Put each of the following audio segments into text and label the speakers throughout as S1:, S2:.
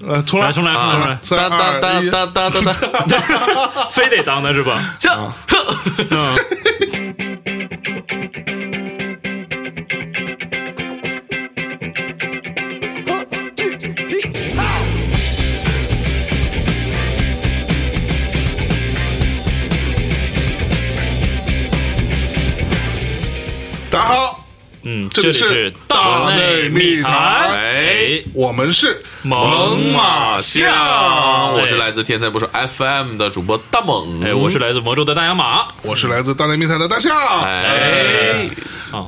S1: 呃，重来，
S2: 来重来重来重来
S1: 三
S3: 当
S1: 二
S3: 当
S1: 一，
S3: 当当当当，
S2: 非得当的是吧？啊
S3: 这
S2: 嗯，
S1: 大家好，
S2: 嗯，
S1: 这
S2: 这
S1: 里
S2: 里
S1: 是
S2: 是大内密
S1: 大
S2: 谈，哎，
S1: 我们是
S2: 猛
S1: 犸象，
S3: 我是来自天才不说 FM 的主播大猛，
S1: 嗯
S2: 哎，我是来自魔州的大洋马，
S1: 我是来自大内密探的大象。
S3: 哎，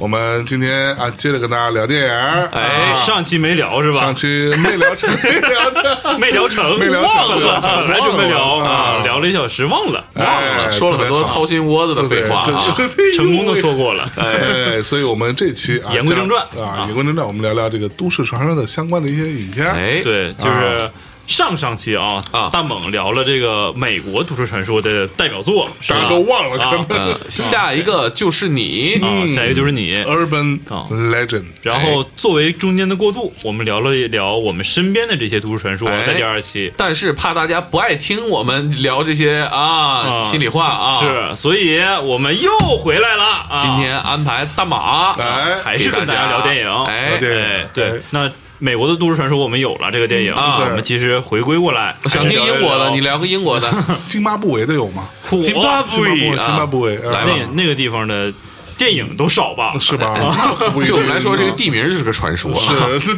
S1: 我们今天啊，接着跟大家聊电影儿。
S2: 哎，上期没聊是吧
S1: 上？期没聊成，没聊成，
S2: 没聊成，
S1: 没聊成
S2: 忘了，
S1: 忘了
S2: 本来准备聊
S1: 忘了哎
S2: 啊，聊了一小时，忘了，
S1: 忘
S3: 忘了说了很多掏心窝子的废话啊，
S2: 成功的错。过了。
S1: 哎，所以我们这期啊，
S2: 言归正传
S1: 讲啊，言归正传，我们聊聊这个都市传说的相关的一些影片。
S3: 哎，，
S1: 啊
S2: 对，就是上上期啊，
S3: 啊
S2: 大猛聊了这个美国都市传说的代表作，是
S1: 大
S2: 吧
S1: 家都忘了，可能
S3: 呃，下一个就是你，
S2: 啊，下一个就是你。
S1: 嗯哎 Urban
S2: 啊
S1: Legend
S2: 然后作为中间的过渡，我们聊了一聊我们身边的这些都市传说，
S3: 哎
S2: 在第二期。
S3: 但是怕大家不爱听我们聊这些啊
S2: 啊
S3: 心里话啊，
S2: 是，所以我们又回来了。啊
S3: 今天安排大马，
S1: 哎
S2: 还是跟大
S3: 家
S2: 家聊电影。
S3: 哎，
S1: 对
S2: 哎，
S1: 哎
S2: 对，那美国的都市传说我们有了这个电影
S3: 啊
S2: 我们其实回归过来，
S3: 我想
S2: 还是
S3: 听
S2: 哎聊一
S3: 英国的，
S2: 聊
S3: 你聊个英国的，
S1: 津巴布韦的有吗？
S2: 苦啊
S3: 津巴布
S1: 津巴
S2: 哎
S3: 韦
S1: 布韦，津
S3: 啊
S1: 巴布韦，啊
S3: 来
S2: 那那个地方的电影都少吧？
S1: 是吧？那不一
S3: 对
S1: 定
S3: 我们来说，这个地名就是个传说。
S1: 是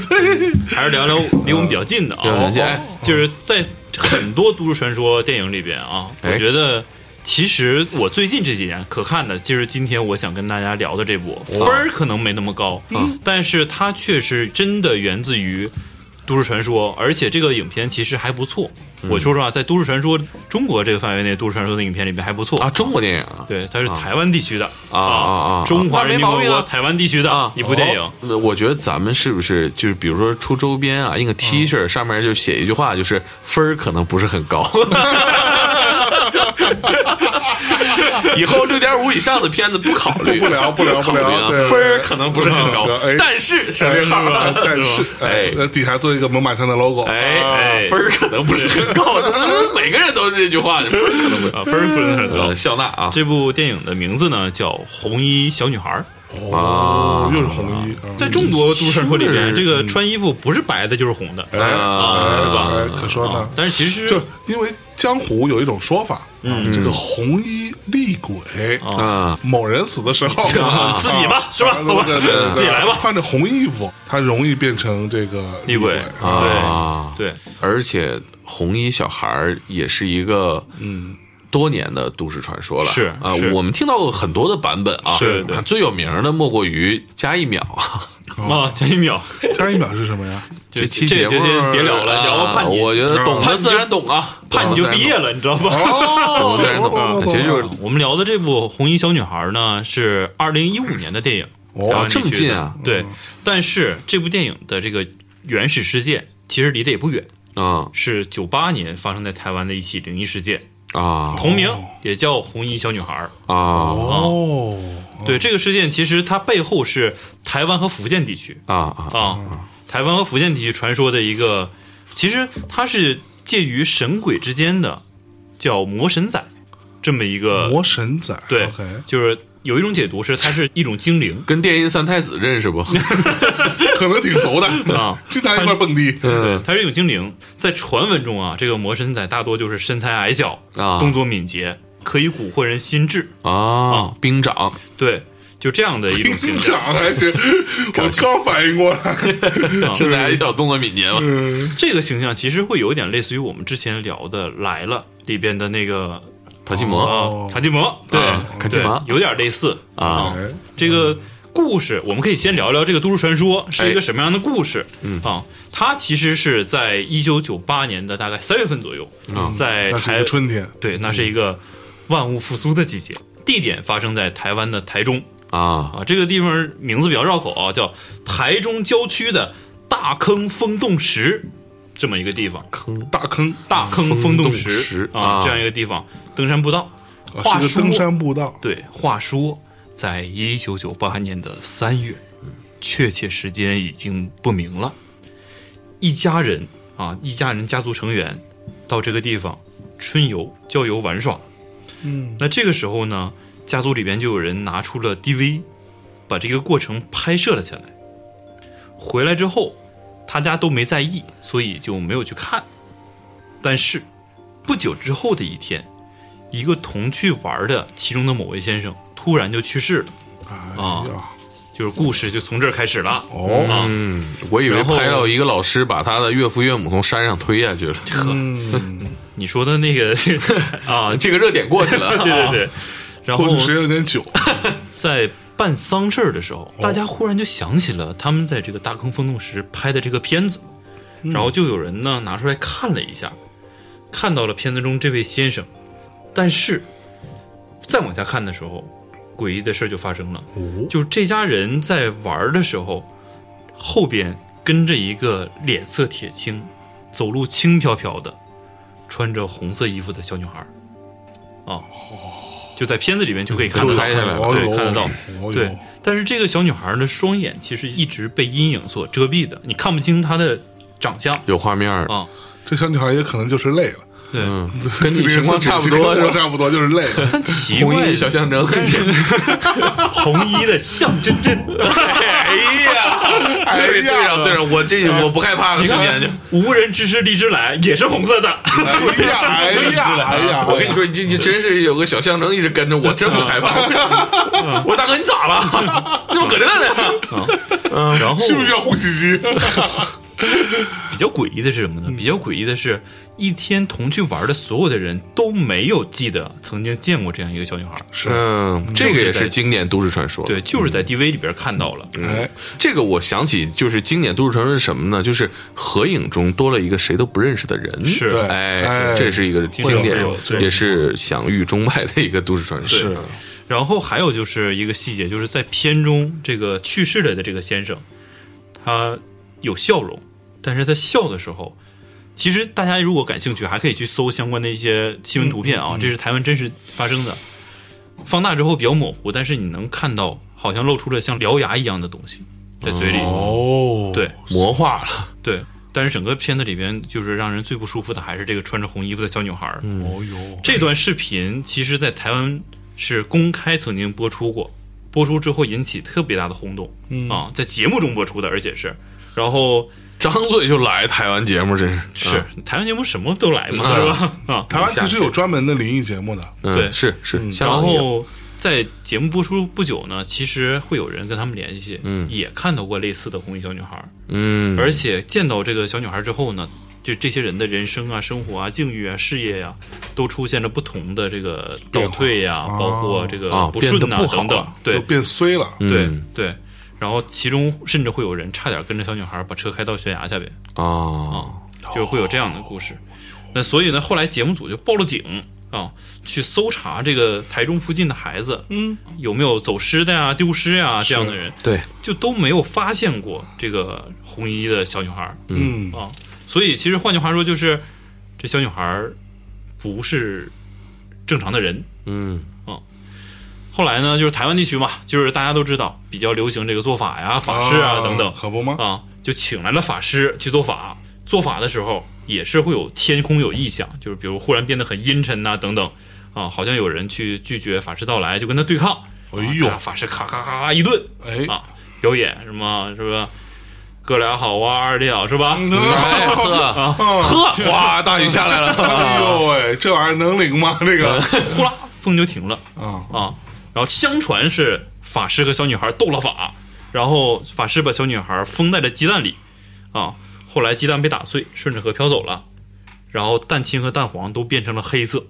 S1: 对，
S2: 还是 聊聊离我们比较近的啊
S3: 人，家哎
S2: 就是在很多都市传说电影里边啊，
S3: 哎
S2: 我觉得其实我最近这几年可看的，就是今天我想跟大家聊的这部，分儿可能没那么高，
S3: 嗯
S2: 但是它却是真的源自于都市传说，而且这个影片其实还不错。
S3: 嗯
S2: 我说实话，在都市传说中国这个范围内，都市传说的影片里面还不错
S3: 啊，中国电影啊
S2: 对，它是台湾地区的
S3: 啊啊啊
S2: 中华人民共和
S3: 那没毛
S2: 国
S3: 病啊
S2: 台湾地区的
S3: 啊
S2: 一部电影。
S3: 呃我觉得咱们是不是就是比如说出周边啊，
S2: 嗯
S3: 印个 T 恤，上面就写一句话，就是分儿可能不是很 高。以后六点五以上的片子不考虑，
S1: 不聊不聊
S3: 考虑
S1: 不
S3: 啊
S1: 聊对
S3: 分儿可能不是很高
S1: 对对哎，
S3: 但是省略号
S1: 哎
S3: 啊，
S1: 但是哎
S3: 哎，
S1: 那底下做一个猛犸象的 logo，
S3: 哎
S1: 啊
S2: 哎
S3: 分儿可能不是很 高，嗯每个人都是这句话，分儿可能不
S2: 啊，分儿不是很高
S3: 呃，。笑纳啊，
S2: 这部电影的名字呢叫《红衣小女孩》。
S1: 哦，又是红衣，啊
S2: 在众多都市传说里面，
S3: 是嗯
S2: 这个穿衣服不是白的就是红的
S1: 哎
S2: 啊，是吧？
S1: 哎可说
S2: 啊
S1: 呢，，
S2: 但是其实
S1: 就因为江湖有一种说法，嗯，这个红衣厉鬼，
S3: 啊，
S1: 某人死的时候，啊
S2: 自己吧，是吧？
S1: 啊
S2: 好吧
S1: 对对对对，
S2: 自己来吧。
S1: 穿着红衣服，他容易变成这个
S2: 厉鬼
S1: 啊，
S3: 啊
S2: 对对，
S3: 而且红衣小孩儿也是一个嗯多年的都市传说了，
S2: 是
S3: 啊
S1: 是，
S3: 我们听到过很多的版本啊，
S2: 是对
S3: 最有名的莫过于加 一秒，
S2: 啊，前一秒，
S1: 下一秒是什么呀？
S2: 这
S3: 哦期
S2: 这
S3: 节
S2: 就
S3: 目
S2: 先
S3: 啊
S2: 别聊了，聊吧，怕你
S3: 我觉得懂
S2: 怕
S3: 的
S2: 你
S3: 自然懂啊，
S2: 怕你就毕业了，你知道吧？
S1: 哦
S3: 懂的自然懂，
S1: 懂
S3: 懂
S1: 懂
S3: 的自然懂其实就
S1: 懂
S3: 是
S2: 我们聊的这部《红衣小女孩》呢，是二零一五年的电影，
S1: 哦
S2: 台湾地
S3: 这么
S2: 区的
S3: 近啊
S2: 对，但是这部电影的这个原始世界其实离得也不远，
S3: 啊
S2: 是九八年发生在台湾的一起灵异事件，
S3: 啊
S2: 同名也叫《红衣小女孩》。
S3: 啊
S1: 哦，
S2: 对这个事件，其实它背后是台湾和福建地区
S3: 啊啊
S2: 啊，台湾和福建地区传说的一个，其实它是介于神鬼之间的，叫魔神仔这么一个，
S1: 魔神仔，
S2: 对
S1: OK，
S2: 就是有一种解读是它是一种精灵
S3: 跟电音三太子 认识不？
S1: 可能挺熟的
S2: 啊，
S1: 经常一块儿蹦迪，
S2: 对，它是一种精灵。在传闻中啊，这个魔神仔大多就是身材矮小，
S3: 啊
S2: 动作敏捷，可以蛊惑人心智。
S3: 啊，
S2: 嗯
S3: 兵 长
S2: 对，就这样的一种精
S1: 兵
S2: 灵。
S1: 长还行，我刚反应过来，
S3: 身
S2: 嗯
S3: 材矮小，动作敏捷嘛，
S2: 这个形象其实会有一点类似于我们之前聊的《来了》里边的那个
S3: 帕西摩
S2: 啊，卡蒂摩，对
S3: 啊，卡蒂
S2: 对
S3: 摩
S2: 有点类似
S3: 啊
S1: 哎
S2: 这个故事我们可以先聊聊这个都市传说是一个什么样的故事。嗯啊，它其实是在一九九八年的大概三月份左右，在
S1: 那是一
S2: 台
S1: 个春天，
S2: 对，那是一个万物复苏的季节，地点发生在台湾的台中
S3: 啊
S2: 啊，这个地方名字比较绕口啊，叫台中郊区的大坑风洞石这么一个地方。
S3: 坑
S1: 大坑，
S2: 大坑风洞石
S3: 风洞石
S2: 啊
S3: 啊
S2: 这样一个地方，登山步道。
S1: 啊
S2: 话
S1: 是
S2: 说
S1: 个登山步道，
S2: 对，话说在一九九八年的三月，确切时间已经不明了。一家人啊，一家人家族成员到这个地方春游、郊游玩耍。
S1: 嗯，
S2: 那这个时候呢，家族里边就有人拿出了 DV，把这个过程拍摄了下来。回来之后，他家都没在意，所以就没有去看。但是不久之后的一天，一个同去玩的其中的某位先生突然就去世了，
S1: 哎呀，
S2: 就是故事就从这儿开始了。
S1: 哦，
S2: 啊，
S3: 嗯，我以为
S2: 然后
S3: 拍到一个老师把他的岳父岳母从山上推下去了，
S1: 嗯，
S2: 你说的那个 啊，
S3: 这个热点过去了。
S2: 对对对，然
S1: 过
S2: 后
S1: 去时间有点久，
S2: 在办丧事儿的时候，大家忽然就想起了他们在这个大坑风洞时拍的这个片子，然
S3: 嗯
S2: 后就有人呢拿出来看了一下，看到了片子中这位先生，但是再往下看的时候，诡异的事儿就发生了，
S1: 哦，
S2: 就是这家人在玩儿的时候，后边跟着一个脸色铁青、走路轻飘飘的、穿着红色衣服的小女孩儿，啊，就在片子里面就可以看
S3: 哦就
S2: 到
S3: 是。拍下来了
S1: 哦
S2: 对
S1: 呦
S2: 看得到
S3: 哎
S1: 哦
S2: 对
S1: 呦，，
S2: 但是这个小女孩的双眼其实一直被阴影所遮蔽的，你看不清她的长相
S3: 有画面儿，
S2: 啊。
S1: 这小女孩也可能就是累了，
S2: 对，
S3: 嗯，跟你情况差不多是
S1: 跟我
S3: 吧？
S1: 差不多就是累了。
S2: 但奇
S3: 红
S2: 怪
S3: 衣小象征，
S2: 红衣的象征真，
S3: 哎呀，哎对呀，对呀，我这我不害怕了，
S2: 你
S3: 瞬
S2: 看
S3: 间就。嗯
S2: 无人知是荔枝兰也是红色 的，
S1: 哎呀，哎呀，哎呀！
S3: 啊我跟你说，你这你真是有个小象征一直跟着我，真不害怕。我说大哥，你咋了？你怎么搁这呢？
S2: 然后
S1: 是不是要呼吸机？
S2: 比较诡异的是什么
S3: 嗯
S2: 呢？比较诡异的是，一天同去玩的所有的人都没有记得曾经见过这样一个小女孩。
S3: 嗯，这个也是经典都市传说。
S2: 对，就是在 DV 里边看到了。
S1: 哎，
S3: 这个我想起就是经典都市传说是什么呢？就是合影中多了一个谁都不认识的人，
S2: 是对
S3: 哎
S1: 哎，
S3: 这是一个经典
S1: 会有这，种
S3: 也是享誉中外的一个都市传说。嗯
S2: 是然后还有就是一个细节，就是在片中这个去世了的这个先生，他有笑容，但是他笑的时候，其实大家如果感兴趣，还可以去搜相关的一些新闻图片啊，这是台湾真实发生的。放大之后比较模糊，但是你能看到，好像露出了像獠牙一样的东西在嘴里。
S1: 哦，
S2: 对
S3: 魔化了，
S2: 对，但是整个片子里边，就是让人最不舒服的还是这个穿着红衣服的小女孩。嗯，
S1: 哦呦，
S2: 这段视频其实，在台湾是公开曾经播出过，播出之后引起特别大的轰动、
S1: 嗯
S2: 啊，在节目中播出的，而且是，然后
S3: 张嘴就来台湾节目，真是
S2: 是、台湾节目什么都来嘛，
S3: 嗯
S2: 是吧？啊，
S1: 台湾其实有专门的灵异节目的，
S3: 嗯
S2: 对
S3: 是是。香
S2: 然
S3: 港也有
S2: 后在节目播出不久呢，其实会有人跟他们联系，嗯，也看到过类似的红衣小女孩，
S3: 嗯，
S2: 而且见到这个小女孩之后呢，就这些人的人生啊、生活啊、境遇啊、事业呀、都出现了不同的这个倒退呀、
S1: 变化
S2: 包括这个
S3: 啊
S2: 不顺
S3: 变
S2: 呐、
S3: 得不好啊
S2: 等等，对
S1: 就变衰了。
S2: 对
S3: 嗯
S2: 对。然后其中甚至会有人差点跟着小女孩把车开到悬崖下边，
S3: 啊，
S2: 就会有这样的故事。那所以呢，后来节目组就报了警啊，去搜查这个台中附近的孩子，嗯，有没有走失的呀、丢失呀这样的人，
S3: 对，
S2: 就都没有发现过这个红衣的小女孩。
S1: 嗯，
S2: 啊，所以其实换句话说，就是这小女孩儿不是正常的人。啊
S3: 嗯，
S2: 后来呢，就是台湾地区嘛，就是大家都知道比较流行这个做法呀、法事啊等等
S1: 可不吗？
S2: 啊，就请来了法师去做法。做法的时候也是会有天空有异象，就是比如忽然变得很阴沉呐、等等啊，好像有人去拒绝法师到来，就跟他对抗。
S1: 哎呦
S2: 啊，法师咔咔咔咔一顿
S1: 哎，
S2: 啊，表演什么是吧？哥俩好啊，二弟好是吧？
S3: 哎呵
S2: 啊，
S3: 呵，哗，大雨下来
S1: 哎
S3: 了，
S1: 呦喂，这玩意儿能灵吗？这个
S2: 呼啦，风就停了
S1: 啊，
S2: 啊。然后相传是法师和小女孩斗了法，然后法师把小女孩封在了鸡蛋里啊。后来鸡蛋被打碎，顺着河飘走了，然后蛋清和蛋黄都变成了黑色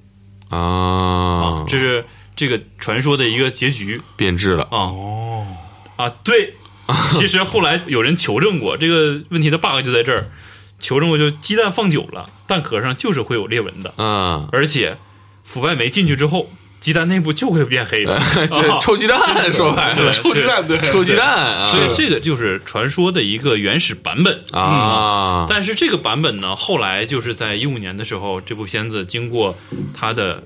S3: 啊
S2: 啊，，这是这个传说的一个结局
S3: 变质了，
S2: 啊啊，对。 其实后来有人求证过这个问题的 bug 就在这儿，求证过就鸡蛋放久了，蛋壳上就是会有裂纹的，
S3: 嗯，
S2: 而且腐败酶进去之后，鸡蛋内部就会变黑 的。
S3: 这
S2: 啊
S3: 臭鸡蛋说白了，
S1: 臭鸡蛋对，
S3: 臭鸡蛋啊，
S2: 所以这个就是传说的一个原始版本。
S3: 啊，
S2: 但是这个版本呢，后来就是在一五年的时候，这部片子经过它的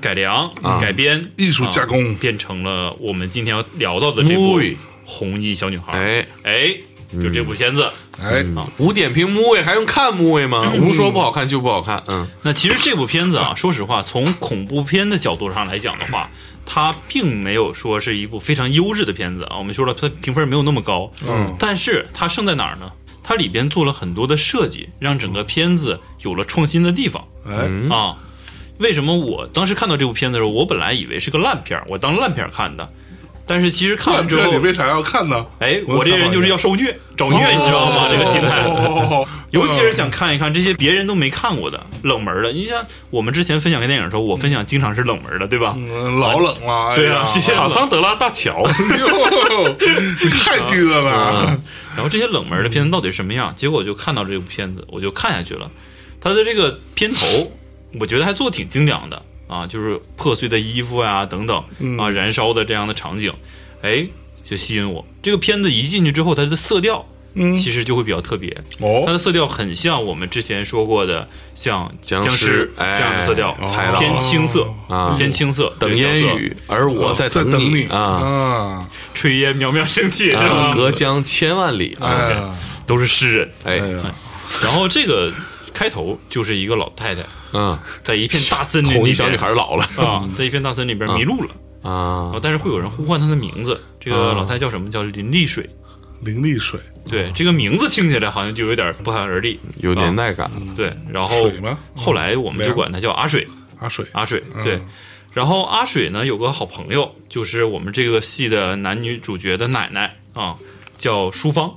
S2: 改良、改编、
S1: 啊艺术加工
S2: 啊变成了我们今天要聊到的这部
S3: 哎
S2: 《红衣小女孩》。
S3: 哎，
S2: 哎，就这部片子。
S1: 哎，
S3: 啊，无点评木卫还用看木卫吗？无说不好看就不好看，嗯
S2: 那其实这部片子啊，说实话，从恐怖片的角度上来讲的话，它并没有说是一部非常优质的片子啊。我们说了，它评分没有那么高，
S1: 嗯，
S2: 但是它胜在哪儿呢？它里边做了很多的设计，让整个片子有了创新的地方
S1: 哎，
S3: 嗯
S2: 啊。为什么我当时看到这部片子的时候，我本来以为是个烂片儿，我当烂片儿看的，但是其实看
S1: 那
S2: 完之
S1: 这你
S2: 后，
S1: 为啥哦要看呢？
S2: 哎，
S1: 我
S2: 我这人就是要受虐，找虐，你知道吗？这个心态。
S1: 态
S2: 尤其是想看一看这些别人都没看过的冷门的。你像我们之前分享个电影的时候，我分享经常是冷门的，对吧？
S1: 老冷了，哎呀
S2: 对啊，这些冷
S4: 卡桑德拉大桥，
S3: 啊
S1: 哟，哎你太记得了，
S2: 然后这些冷门的片子到底是什么样？结果我就看到这部片子，我就看下去了。它的这个片头，我觉得还做得挺精良的啊，就是破碎的衣服呀、等等啊，燃烧的这样的场景，哎，就吸引我。这个片子一进去之后，它的色调
S1: 嗯
S2: 其实就会比较特别，它
S1: 哦，
S2: 的色调很像我们之前说过的，像
S3: 僵
S2: 僵尸
S3: 尸哎
S2: 这样的色调，
S1: 哦
S3: 猜到了
S2: 偏青色
S3: 啊
S2: 偏青色。
S3: 等
S2: 对
S3: 烟，
S2: 调色
S3: 雨，而我在
S1: 嗯在
S3: 等
S1: 等你
S3: 啊，
S1: 啊，
S2: 炊烟袅袅升起，是
S3: 啊
S2: 吧？
S3: 隔江千万里啊，
S1: 哎呀，
S2: 都是诗 人。
S3: 哎
S1: 哎，呀，
S2: 然后这个开头就是一个老太太
S3: 嗯，
S2: 在一片大森林里边，
S3: 哄一小女孩老了
S2: 啊，在一片大森林里边迷路了，
S3: 啊
S2: 然后，但是会有人呼唤她的名字。这个
S3: 啊
S2: 老太太叫什么？叫林丽水。
S1: 灵力水
S2: 对，这个名字听起来好像就有点不寒而栗。
S3: 有年代感，
S2: 对，然后
S1: 水吗？
S2: 后来我们就管她叫阿水。
S1: 阿水，
S2: 阿水，对。然后阿水呢有个好朋友，就是我们这个戏的男女主角的奶奶啊，叫淑芳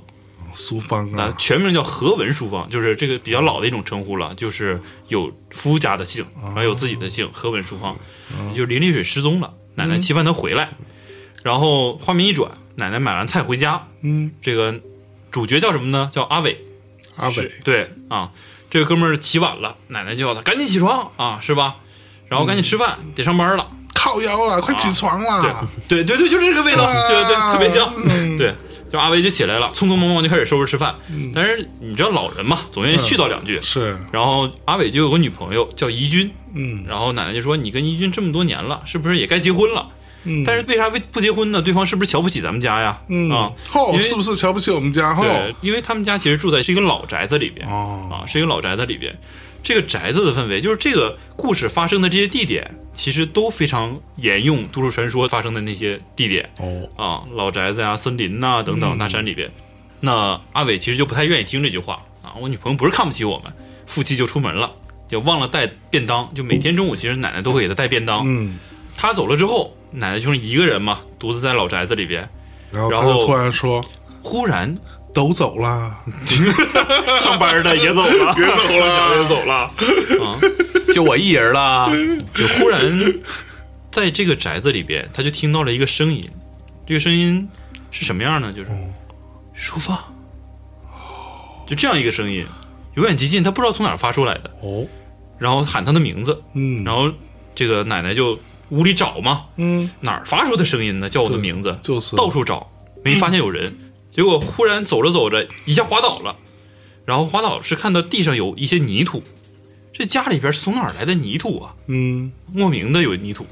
S1: 苏芳
S2: 啊
S1: 啊，，
S2: 全名叫何文淑芳，就是这个比较老的一种称呼了，就是有夫家的姓，还有自己的姓何文淑芳，就是林丽水失踪了，奶奶期盼她回来，然后画面一转，奶奶买完菜回家，
S1: 嗯，
S2: 这个主角叫什么呢？叫阿伟，
S1: 阿伟，
S2: 对啊，这个哥们儿起晚了，奶奶叫他赶紧起床啊，是吧？然后赶紧吃饭，得上班了。
S1: 靠腰啊，快起床啦！
S2: 对对对，就是这个味道，
S1: 啊嗯
S2: 对对，特别香。对，就阿威就起来了，匆匆忙忙就开始收拾吃饭。但是你知道老人嘛，
S1: 嗯
S2: 总愿意絮叨两句。
S1: 是，
S2: 然后阿伟就有个女朋友叫怡君，
S1: 嗯
S2: 然后奶奶就说：“你跟怡君这么多年了，是不是也该结婚了？”
S1: 嗯，
S2: 但是为啥为不结婚呢？对方是不是瞧不起咱们家呀？
S1: 嗯
S2: 啊，因
S1: 吼，
S2: 为
S1: 是不是瞧不起我们家？哦吼，
S2: 对，因为他们家其实住在是一个老宅子里边
S1: 哦，
S2: 啊，是一个老宅子里边。这个宅子的氛围，就是这个故事发生的这些地点，其实都非常沿用都市传说发生的那些地点。
S1: 哦，
S2: 啊，老宅子呀、森林呐、等等，大山里边。那阿伟其实就不太愿意听这句话啊，我女朋友不是看不起我们，夫妻就出门了，就忘了带便当，就每天中午其实奶奶都会给他带便当。
S1: 嗯，
S2: 他走了之后，奶奶就是一个人嘛，独自在老宅子里边，
S1: 然后
S2: 然
S1: 他
S2: 后
S1: 就突然说
S2: 忽然
S1: 都走啦，
S2: 上班的也走了，
S1: 别走
S4: 小
S1: 啦，
S4: 人走了，
S2: 啊，
S3: 就我一人啦，
S2: 就忽然在这个宅子里边，他就听到了一个声音，这个声音是什么样呢？就是淑芳，就这样一个声音，由远及近，他不知道从哪儿发出来的，
S1: 哦，
S2: 然后喊他的名字，
S1: 嗯，
S2: 然后这个奶奶就屋里找嘛，
S1: 嗯，
S2: 哪儿发出的声音呢？叫我的名字，
S1: 就是
S2: 到处找，没发现有人，结果忽然走着走着一下滑倒了，然后滑倒是看到地上有一些泥土，这家里边是从哪儿来的泥土啊？
S1: 嗯，
S2: 莫名的有泥土。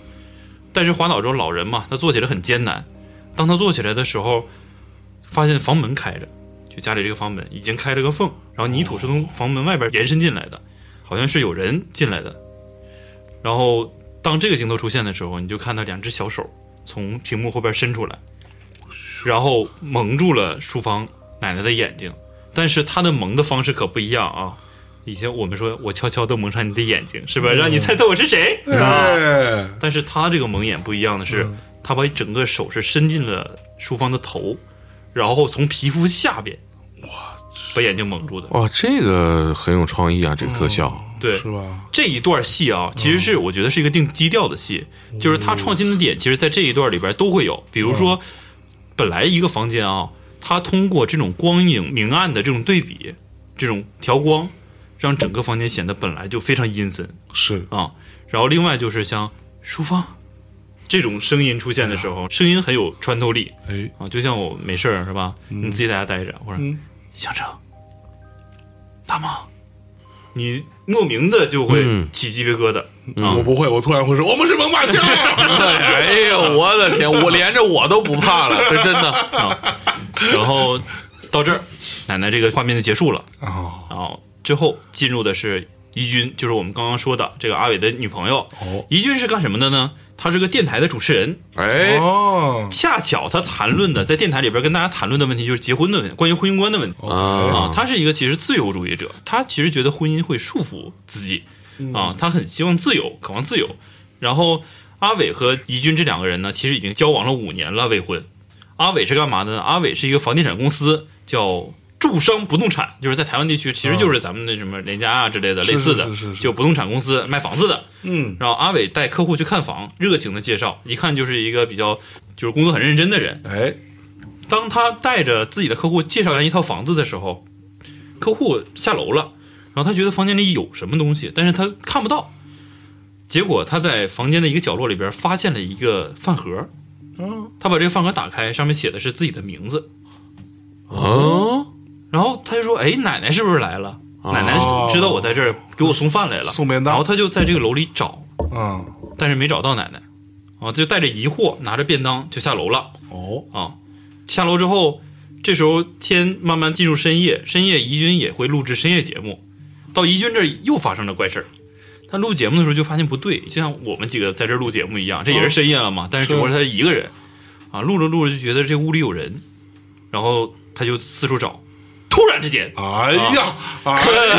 S2: 但是滑倒之后，老人嘛，他坐起来很艰难。当他坐起来的时候，发现房门开着，就家里这个房门已经开了个缝，然后泥土是从房门外边延伸进来的，好像是有人进来的。然后当这个镜头出现的时候，你就看到两只小手从屏幕后边伸出来，然后蒙住了淑芳奶奶的眼睛。但是她的蒙的方式可不一样啊！以前我们说我悄悄的蒙上你的眼睛，是吧？让你猜到我是谁啊？
S1: 哎，
S2: 但是他这个蒙眼不一样的是，他把整个手是伸进了淑芳的头，然后从皮肤下边，哇，把眼睛蒙住的。
S3: 哇，这个很有创意啊，这特效，
S2: 对，
S1: 是吧？
S2: 这一段戏啊，其实是我觉得是一个定基调的戏，就是他创新的点，其实在这一段里边都会有。比如说，本来一个房间啊，他通过这种光影明暗的这种对比，这种调光，让整个房间显得本来就非常阴森。
S1: 是，
S2: 啊。然后另外就是像淑芳这种声音出现的时候，声音很有穿透力
S1: 哎，
S2: 啊，就像我没事儿是吧？你自己在家待着，或者
S1: 嗯
S2: 想成大梦，你莫名的就会
S3: 嗯
S2: 起鸡皮疙瘩。
S1: 我不会，我突然会说我们是猛犸 象，啊
S3: 哎 呦，我的天，我连着我都不怕了，这真的，
S2: 然后到这儿， 奶奶这个画面就结束了。
S1: 啊，
S2: 然后之后进入的是怡君，就是我们刚刚说的这个阿伟的女朋友。
S1: 哦
S2: 怡君是干什么的呢？她是个电台的主持人，
S3: 哎，
S1: 哦，
S2: 恰巧她谈论的在电台里边跟大家谈论的问题就是结婚的问题，关于婚姻观的问题。
S1: 哦
S3: 啊
S2: 啊，他是一个其实自由主义者，他其实觉得婚姻会束缚自己
S1: 嗯
S2: 啊，他很希望自由，渴望自由。然后阿伟和怡君这两个人呢，其实已经交往了五年了，未婚。阿伟是干嘛的呢？阿伟是一个房地产公司，叫住商不动产，就是在台湾地区，其实就是咱们那什么联家啊之类的
S1: 哦是
S2: 类似的
S1: 是是是，是
S2: 就不动产公司卖房子的。
S1: 嗯，
S2: 然后阿伟带客户去看房，热情的介绍，一看就是一个比较就是工作很认真的人。
S1: 哎，
S2: 当他带着自己的客户介绍完一套房子的时候，客户下楼了，然后他觉得房间里有什么东西，但是他看不到。结果他在房间的一个角落里边发现了一个饭盒，
S1: 嗯，
S2: 他把这个饭盒打开，上面写的是自己的名字，
S3: 哦，
S2: 然后他就说：“哎，奶奶是不是来了？
S3: 啊
S2: 奶奶知道我在这儿，给我送饭来了，
S1: 送便当
S2: 然后他就在这个楼里找，
S1: 啊，
S2: 但是没找到奶奶，啊，就带着疑惑拿着便当就下楼了。
S1: 哦，
S2: 啊。下楼之后，这时候天慢慢进入深夜，深夜怡君也会录制深夜节目。到怡君这儿又发生了怪事儿，他录节目的时候就发现不对，就像我们几个在这儿录节目一样，
S3: 哦
S2: 这也是深夜了嘛，但是只不过他一个人啊，录着录着就觉得这屋里有人，然后他就四处找，突然之间
S1: 哎呀，哎呀，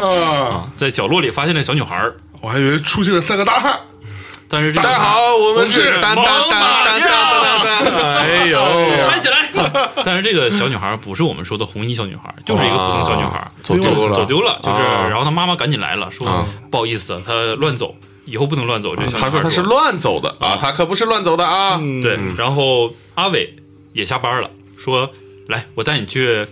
S2: 啊在角落里发现了小女孩儿，
S1: 我还以为出现了三个大汉，
S2: 但是这
S3: 大家好，我们是当当当当当当当，哎呦，
S2: 喊起来！嗯 但是这个小女孩不是我们说的红衣小女孩，就是一个普通小女孩
S3: 啊，走丢了
S2: 走丢了。就是，
S3: 啊
S2: 然后她妈妈赶紧来了，说不好意思，她乱走，以后不能乱走。这小女孩
S3: 他啊说他是乱走的啊，他可不是乱走的啊，
S2: 对。然后阿伟也下班了，说来，我带你去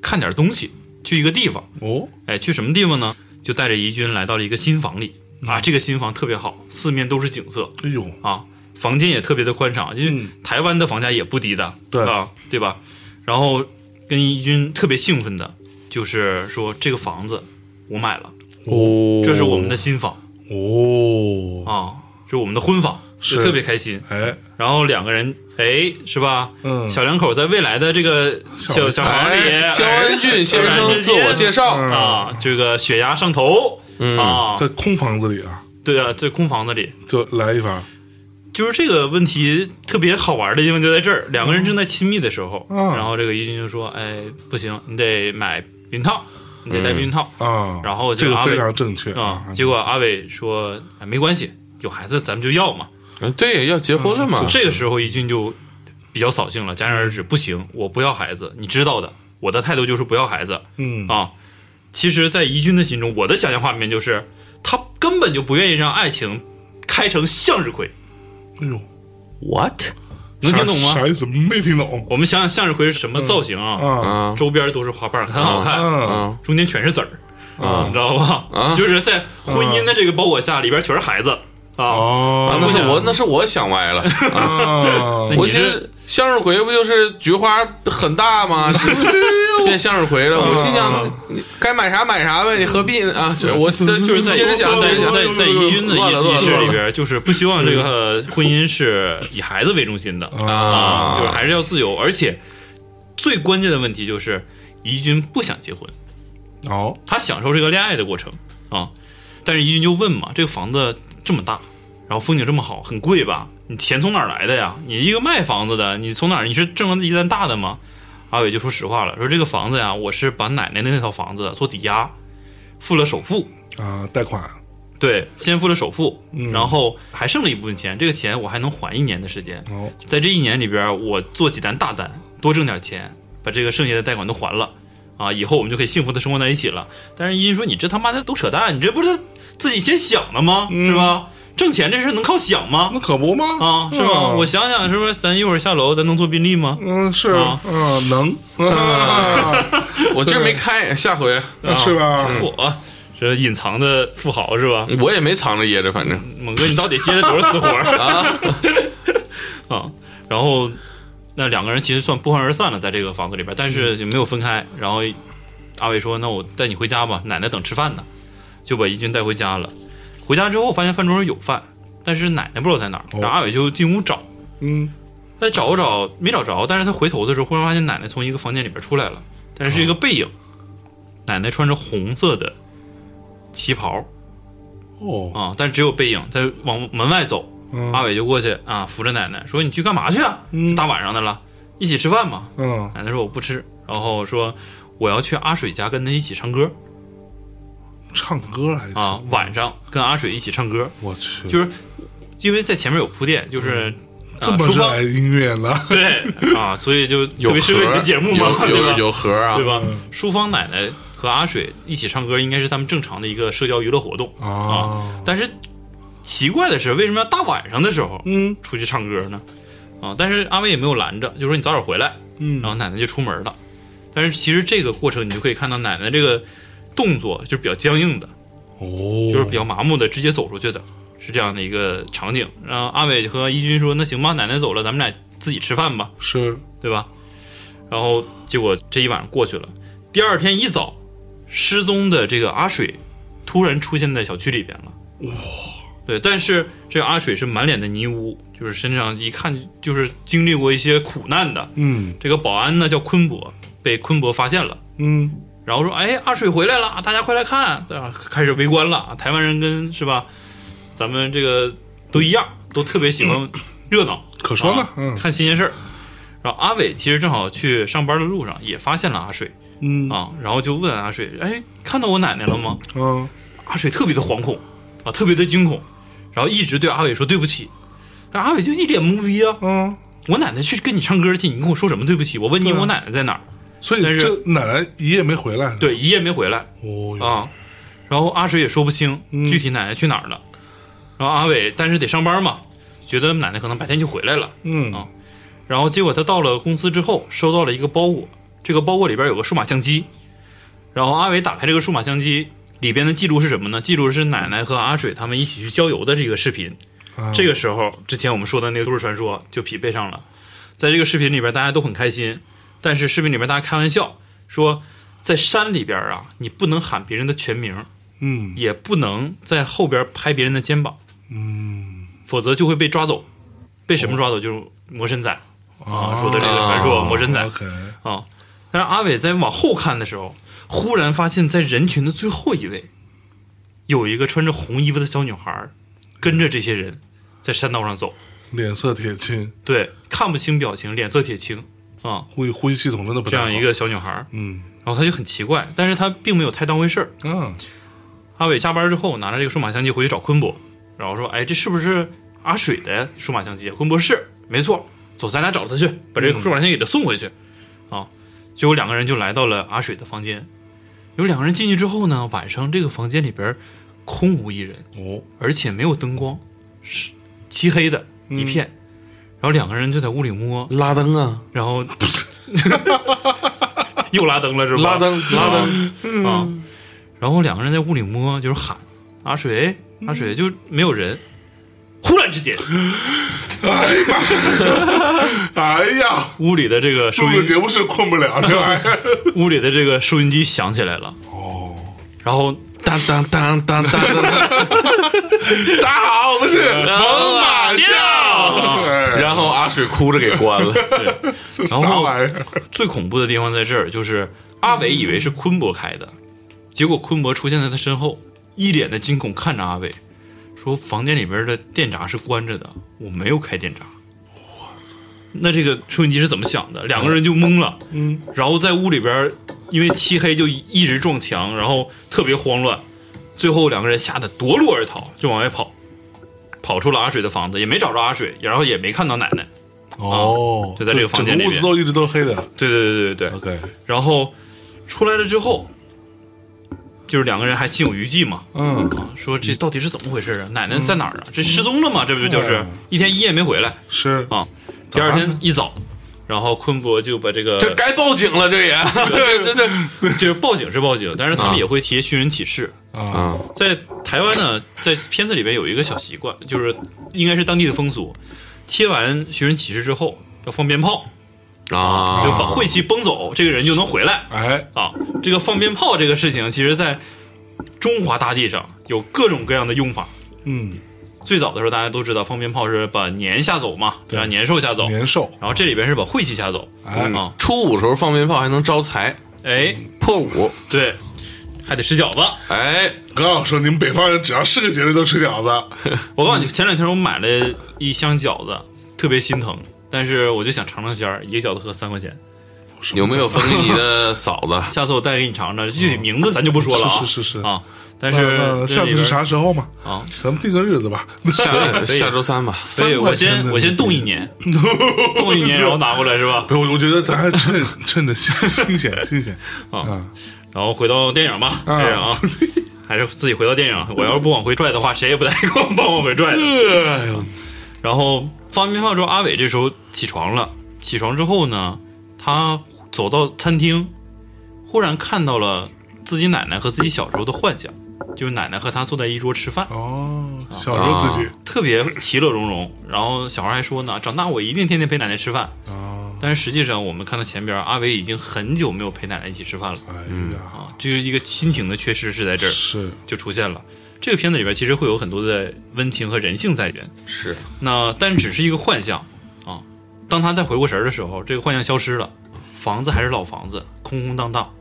S2: 看点东西，去一个地方。
S1: 哦，
S2: 哎，去什么地方呢？就带着怡君来到了一个新房里啊，这个新房特别好，四面都是景色，
S1: 哎呦，
S2: 啊，房间也特别的宽敞，因为
S1: 嗯
S2: 台湾的房价也不低的，
S1: 对
S2: 啊，对吧？然后跟怡君特别兴奋的就是说，这个房子我买了，
S3: 哦
S2: 这是我们的新房
S1: 哦，
S2: 啊，这是我们的婚房，
S1: 是
S2: 就特别开心。
S1: 哎，
S2: 然后两个人，哎，是吧？
S1: 嗯
S2: 小两口在未来的这个小小房里，
S3: 哎，嗯焦
S2: 哎
S3: 恩俊先生自我介绍，
S2: 啊，这个血压上头啊，
S1: 在空房子里啊，
S2: 对啊，这空房子里，
S1: 就来一发
S2: 就是这个问题特别好玩的地方就在这儿，两个人正在亲密的时候，
S1: 嗯
S2: 然后这个怡君就说：“哎，不行，你得买避孕套，你得戴避孕套。
S1: 啊，
S2: 然后
S1: 这
S2: 就
S1: 个
S2: 阿伟
S1: 非常正确
S2: 啊、结果阿伟说：“哎，没关系，有孩子咱们就要嘛。
S3: 嗯对，要结婚了嘛，
S2: 这个时候怡君就比较扫兴了，戛然而止，不行，我不要孩子，你知道的，我的态度就是不要孩子
S1: 嗯，
S2: 啊。其实，在怡君的心中，我的想象画面就是，他根本就不愿意让爱情开成向日葵，
S1: 哎呦，
S3: what
S2: 能听懂吗？
S1: 啥啥意思？没听懂
S2: 我们想想向日葵是什么造型啊？
S1: 啊
S3: 啊
S2: 周边都是花瓣，很好看，
S1: 啊，
S3: 啊
S2: 中间全是籽儿，
S3: 啊
S2: 你知道吧？
S3: 啊
S2: 就是在婚姻的这个包裹下，里边全是孩子啊。
S3: 啊！
S1: 哦
S3: 那是我那是我想歪了，
S1: 啊
S2: 那，
S3: 我
S2: 哎你
S3: 寻思
S2: 是
S3: 向日葵不就是菊花很 大吗？变向日葵了，
S2: 哎
S3: 我心想你该买啥买啥呗，你何必呢 啊？我这
S2: 啊就是在
S3: 接着讲，接着
S2: 在
S3: 讲，
S2: 在在宜君的
S3: 乱了乱
S2: 仪
S3: 了嗯
S2: 仪式里边，就是不希望这个婚姻是以孩子为中心的
S3: 啊
S2: 就是还是要自由。而且最关键的问题就是，宜君不想结婚，
S1: 哦，
S2: 他享受这个恋爱的过程啊。但是怡君就问嘛，这个房子这么大，然后风景这么好，很贵吧？你钱从哪儿来的呀？你一个卖房子的，你从哪儿？你是挣了一单大的吗？阿伟就说实话了，说这个房子呀，我是把奶奶的那套房子做抵押，付了首付，
S1: 啊，贷款，
S2: 对，先付了首付，
S1: 嗯
S2: 然后还剩了一部分钱，这个钱我还能缓一年的时间，
S1: 哦，
S2: 在这一年里边，我做几单大单，多挣点钱，把这个剩下的贷款都还了，啊，以后我们就可以幸福的生活在一起了。但是依依说你这他妈的都扯淡，你这不是自己先想的吗？是吧？挣钱这事儿能靠想吗？
S1: 那可不吗？
S2: 啊，是吗？我想想，是不是咱一会儿下楼咱能做宾利吗？
S1: 嗯是
S2: 啊
S1: 嗯能啊
S3: 我这没开，下回
S2: 啊
S1: 嗯是吧？
S2: 我 这隐藏的富豪是吧？
S3: 我也没藏着掖着，反正
S2: 猛哥，你到底接了多少私活儿
S3: 啊，
S2: 啊？然后那两个人其实算不欢而散了，在这个房子里边，但是也没有分开。然后阿伟说：“那我带你回家吧，奶奶等吃饭呢。”就把怡君带回家了。回家之后发现饭桌上有饭，但是奶奶不知道在哪儿，然后阿伟就进屋找。
S1: 嗯
S2: 他但找不找没找着，但是他回头的时候，忽然发现奶奶从一个房间里边出来了，但是是一个背影，奶奶穿着红色的旗袍
S1: 哦，
S2: 啊，但只有背影在往门外走。
S1: 嗯
S2: 阿伟就过去啊，扶着奶奶说：“你去干嘛去啊？
S1: 嗯
S2: 大晚上的了，一起吃饭嘛。”
S1: 嗯，
S2: 奶奶说我不吃，然后说我要去阿水家跟他一起唱歌
S1: 唱歌还
S2: 啊
S1: 行，，
S2: 晚上跟阿水一起唱歌，
S1: 我去，
S2: 就是啊因为在前面有铺垫，就是、
S3: 嗯
S2: 啊
S1: 这么
S2: 书
S1: 热
S2: 房
S1: 爱音乐呢？
S2: 对啊，所以就特
S3: 有
S2: 别适合你
S3: 盒
S2: 的节目嘛，
S3: 有
S2: 对吧
S3: 有？有盒啊
S2: 对，吧？淑芳奶奶和阿水一起唱歌，应该是他们正常的一个社交娱乐活动啊
S1: 啊，。
S2: 但是奇怪的是，为什么要大晚上的时候
S1: 嗯
S2: 出去唱歌呢？啊，但是阿伟也没有拦着，就说你早点回来。
S1: 嗯
S2: 然后奶奶就出门了。但是其实这个过程你就可以看到奶奶这个动作就是比较僵硬的，
S1: 哦，
S2: 就是比较麻木的，直接走出去的，是这样的一个场景。然后阿伟和一军说：“那行吧，奶奶走了，咱们俩自己吃饭吧，
S1: 是
S2: 对吧？”然后结果这一晚上过去了，第二天一早，失踪的这个阿水突然出现在小区里边了。哇！对，但是这个阿水是满脸的泥污，就是身上一看就是经历过一些苦难的，
S1: 嗯
S2: 这个保安呢叫昆博，被昆博发现了，
S1: 嗯
S2: 然后说：“哎，阿水回来了，大家快来看！”对吧？开始围观了。台湾人跟是吧，咱们这个都一样，都特别 喜欢热闹，
S1: 可说呢
S2: 啊
S1: 嗯
S2: 看新鲜事儿。然后阿伟其实正好去上班的路上也发现了阿水
S1: 嗯
S2: 啊，然后就问阿水：“哎，看到我奶奶了吗
S1: 嗯，？”
S2: 阿水特别的惶恐啊，特别的惊恐，然后一直对阿伟说对不起。但阿伟就一脸懵逼啊！
S1: 嗯，
S2: 我奶奶去跟你唱歌去，你跟我说什么对不起？我问你
S1: 对啊
S2: 我奶奶在哪儿？
S1: 所以
S2: 但是
S1: 这奶奶一夜没回来，，
S2: 对，一夜没回来
S1: 哦哟，
S2: 啊。然后阿水也说不清
S1: 嗯
S2: 具体奶奶去哪儿了。然后阿伟但是得上班嘛，觉得奶奶可能白天就回来了。
S1: 嗯
S2: 啊然后结果他到了公司之后，收到了一个包裹，这个包裹里边有个数码相机。然后阿伟打开这个数码相机，里边的记录是什么呢？记录是奶奶和阿水他们一起去郊游的这个视频。
S1: 啊
S2: 这个时候，之前我们说的那个都市传说就匹配上了。在这个视频里边，大家都很开心，但是视频里边大家开玩笑说，在山里边啊，你不能喊别人的全名，
S1: 嗯
S2: 也不能在后边拍别人的肩膀，
S1: 嗯
S2: 否则就会被抓走。被什么抓走？就是魔神仔啊，
S1: 啊
S2: 说的这个传说，魔神仔
S1: OK，
S2: 啊。但是阿伟在往后看的时候，忽然发现，在人群的最后一位，有一个穿着红衣服的小女孩，跟着这些人在山道上走。
S1: 脸色铁青，
S2: 对，看不清表情，脸色铁青啊，
S1: 呼呼吸系统真的不
S2: 这
S1: 太好
S2: 样一，个小女孩儿。
S1: 嗯
S2: 然后她就很奇怪，但是她并没有太当回事儿。
S1: 啊
S2: 阿伟下班之后拿着这个数码相机回去找昆博，然后说：“哎，这是不是阿水的数码相机？”啊昆博是，没错，走，咱俩找他去，把这个数码相机给他送回去。啊，结果两个人就来到了阿水的房间。有两个人进去之后呢，晚上这个房间里边儿空无一人，
S1: 哦
S2: 而且没有灯光，是漆黑的一片。然后两个人就在屋里摸，
S3: 拉登啊，
S2: 然后 又拉灯了是吧？
S3: 拉登拉登，
S2: 啊，然后两个人在屋里摸，就是喊阿水，阿水就没有人。忽然之间，
S1: 哎呀，
S2: 屋里的这个收
S1: 录个
S2: 音，
S1: 节目是困不了这玩意儿，
S2: 屋里的这个收音机响起来了。哦，然后
S3: 当当当当当当，
S1: 大家好，我们是
S2: 猛犸象
S1: 哎
S3: 然后阿水哭着给关 了，
S1: 这
S2: 然
S1: 啥
S2: 后
S1: 玩意儿？
S2: 最恐怖的地方在这儿，就是阿伟以为是昆博开的，结果昆博出现在他身后，一脸的惊恐看着阿伟，说：“房间里边的电闸是关着的，我没有开电闸。”那这个收音机是怎么想的？两个人就懵了，嗯，然后在屋里边，因为漆黑就一直撞墙，然后特别慌乱，最后两个人吓得夺路而逃，就往外跑，跑出了阿水的房子，也没找着阿水，然后也没看到奶奶，
S1: 哦，
S2: 就在这个房间
S1: 整
S2: 里
S1: 个屋
S2: 面
S1: 子都一直都是黑的。
S2: 对对对对对，
S1: OK，
S2: 然后出来了之后，就是两个人还心有余悸嘛，
S1: 嗯，
S2: 说这到底是怎么回事啊？奶奶在哪儿啊？这失踪了嘛？这不就就是
S1: 嗯
S2: 一天一夜没回来
S1: 是
S2: 啊？第二天一早，然后昆博就把这个
S3: 这该报警了，这也， 这这这
S2: 就是报警是报警，但是他
S3: 啊
S2: 们也会贴寻人启事。
S1: 啊，
S3: 啊，
S2: 在台湾呢，在片子里边有一个小习惯，就是应该是当地的风俗，贴完寻人启事之后要放鞭炮，
S3: 啊，
S2: 就把晦气崩走，这个人就能回来。
S1: 哎，
S2: 啊，这个放鞭炮这个事情，其实在中华大地上有各种各样的用法。
S1: 嗯，
S2: 最早的时候大家都知道放鞭炮是把年吓走嘛，
S1: 对
S2: 让年兽吓走，
S1: 年兽，
S2: 然后这里边是把晦气吓走
S1: 哎
S2: 啊，
S3: 初五时候放鞭炮还能招财，
S2: 哎，
S1: 嗯
S3: 破五，
S2: 对，还得吃饺子。
S3: 哎，
S1: 刚好说你们北方人只要是个节日都吃饺子，
S2: 我告诉你，前两天我买了一箱饺子，特别心疼，但是我就想尝尝鲜儿，一个饺子合三块钱。
S3: 有没有分给你的嫂子？
S2: 下次我带给你尝尝，具体名字咱就不说了啊，
S1: 哦是是是是
S2: 啊。但
S1: 那那
S2: 是
S1: 下次是啥时候嘛？
S2: 啊？
S1: 咱们定个日子吧。
S3: 下下周三吧。
S2: 所以
S1: 三
S2: 我
S1: 块钱
S2: 先
S1: 的
S2: 我先冻一年， 冻一年然后拿过来是吧？
S1: 不是，我我觉得咱还趁 趁着新新鲜新鲜啊，
S2: 然后回到电影吧，
S1: 啊
S2: 电影啊，还是自己回到电影。我要是不往回拽的话，谁也不带给我帮我往回拽的。然后放完鞭炮之后，阿伟这时候起床了。起床之后呢，他走到餐厅，忽然看到了自己奶奶和自己小时候的幻想，就是奶奶和他坐在一桌吃饭，
S1: 哦，小时候
S2: 啊
S1: 自己
S2: 特别其乐融融。然后小孩还说呢，长大我一定天天陪奶奶吃饭。
S1: 啊，
S2: 但是实际上，我们看到前边阿伟已经很久没有陪奶奶一起吃饭了
S1: 哎呀，
S2: 啊，就是一个亲情的缺失是在这儿。
S1: 是
S2: 就出现了。这个片子里边其实会有很多的温情和人性在里边，
S3: 是，
S2: 那但只是一个幻象啊。当他再回过神儿的时候，这个幻象消失了，房子还是老房子，空空荡荡。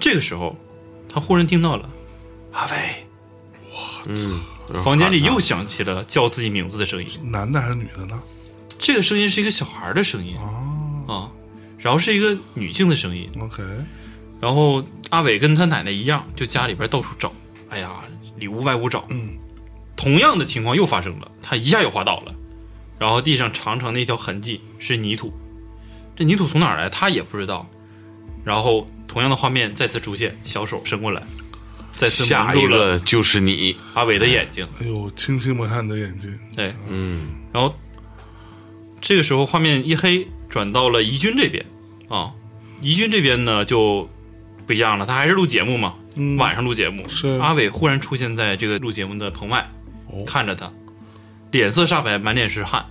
S2: 这个时候，他忽然听到了阿伟
S3: 嗯，
S2: 房间里又响起了叫自己名字的声音，
S1: 男的还是女的呢？
S2: 这个声音是一个小孩的声音
S1: 哦
S2: 啊，然后是一个女性的声音，
S1: ，OK，
S2: 然后阿伟跟他奶奶一样，就家里边到处找，哎呀，里屋外屋找。
S1: 嗯，
S2: 同样的情况又发生了，他一下又滑倒了，然后地上长长的一条痕迹是泥土，这泥土从哪儿来他也不知道。然后同样的画面再次出现，小手伸过来，再次
S3: 下
S2: 蒙
S3: 一
S2: 住了
S3: 个就是你，
S2: 阿伟的眼睛。
S1: 哎呦，轻轻抹下你的眼睛，
S2: 对，
S3: 嗯，
S2: 然后这个时候画面一黑，转到了怡君这边啊，怡君这边呢就不一样了，他还是录节目嘛，
S1: 嗯
S2: 晚上录节目，
S1: 是
S2: 阿伟忽然出现在这个录节目的棚外，
S1: 哦
S2: 看着他，脸色煞白，满脸是汗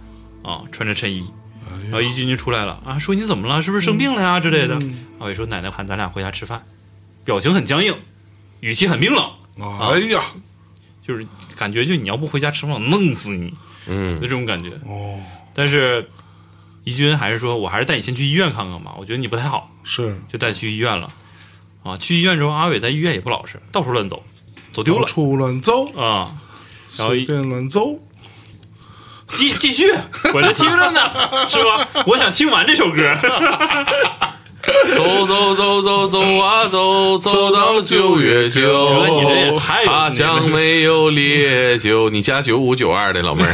S2: 啊，穿着衬衣，然
S1: 哎
S2: 后
S1: 呀，
S2: 怡君就出来了啊，说你怎么了？是不是生病了呀之类的？
S1: 嗯
S2: 阿伟说奶奶喊咱俩回家吃饭，表情很僵硬，语气很冰冷，
S1: 哎呀，
S2: 就是感觉就你要不回家吃饭，我弄死你，嗯，就这种感觉。
S1: 哦，
S2: 但是怡君还是说，我还是带你先去医院看看吧，我觉得你不太好，
S1: 是
S2: 就带你去医院了。啊，去医院之后，阿伟在医院也不老实，到处乱走，走丢
S1: 到
S2: 了
S1: 处乱走，
S2: 啊、然后
S1: 随便乱走，
S2: 继继续，我这听 着呢，是吧？我想听完这首歌。
S3: 走走走走走啊走，走到九月九
S2: 哥你这也太有
S3: 他乡没有烈酒，你加九五九二的老妹儿，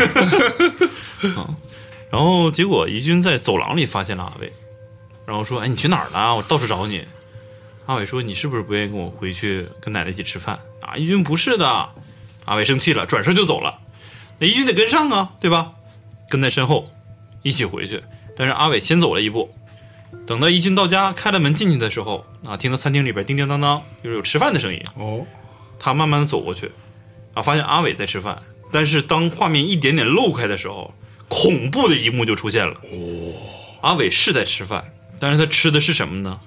S2: 然后结果怡君在走廊里发现了阿伟，然后说：“哎，你去哪儿了？我到处找你。”阿伟说：“你是不是不愿意跟我回去跟奶奶一起吃饭？”啊，怡君不是的。阿伟生气了，转身就走了。那怡君得跟上啊，对吧？跟在身后一起回去。但是阿伟先走了一步。等到怡君到家开了门进去的时候，啊，听到餐厅里边叮叮当当，就是有吃饭的声音。
S1: 哦，
S2: 他慢慢的走过去，啊，发现阿伟在吃饭。但是当画面一点点漏开的时候，恐怖的一幕就出现了。
S1: 哦
S2: 阿伟是在吃饭，但是他吃的是什么呢？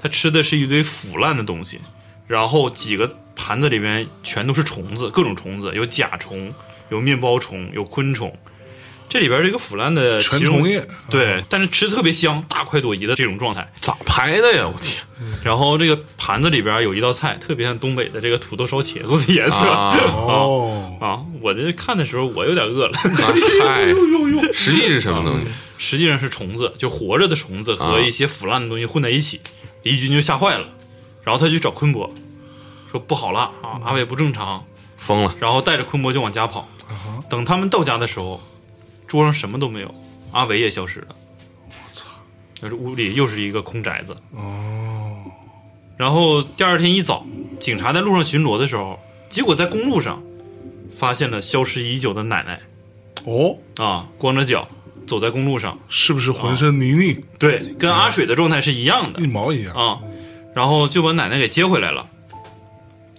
S2: 他吃的是一堆腐烂的东西，然后几个盘子里面全都是虫子，各种虫子，有甲虫，有面包虫，有昆虫。这里边这个腐烂的
S1: 全
S2: 其中
S1: 虫啊液
S2: 对，但是吃的特别香，大快朵颐的这种状态。
S3: 咋排的呀？我天
S2: 然后这个盘子里边有一道菜，特别像东北的这个土豆烧茄子的颜色。
S3: 啊！
S1: 哦，
S2: 啊，我这看的时候我有点饿了。
S3: 啊嗨，实际是什么东西？
S2: 实际上是虫子，就活着的虫子和一些腐烂的东西混在一起，怡君就吓坏了，然后他去找昆博，说不好了啊，阿伟不正常，
S3: 疯了，
S2: 然后带着昆博就往家跑。
S1: 啊哈，
S2: 等他们到家的时候，桌上什么都没有，阿伟也消失了。我操！屋里又是一个空宅子。
S1: 哦，
S2: 然后第二天一早，警察在路上巡逻的时候，结果在公路上发现了消失已久的奶奶。
S1: 哦，
S2: 啊，光着脚走在公路上，
S1: 是不是浑身泥泞，
S2: 对，跟阿水的状态是一样的
S1: 一毛一样？
S2: 啊。然后就把奶奶给接回来了，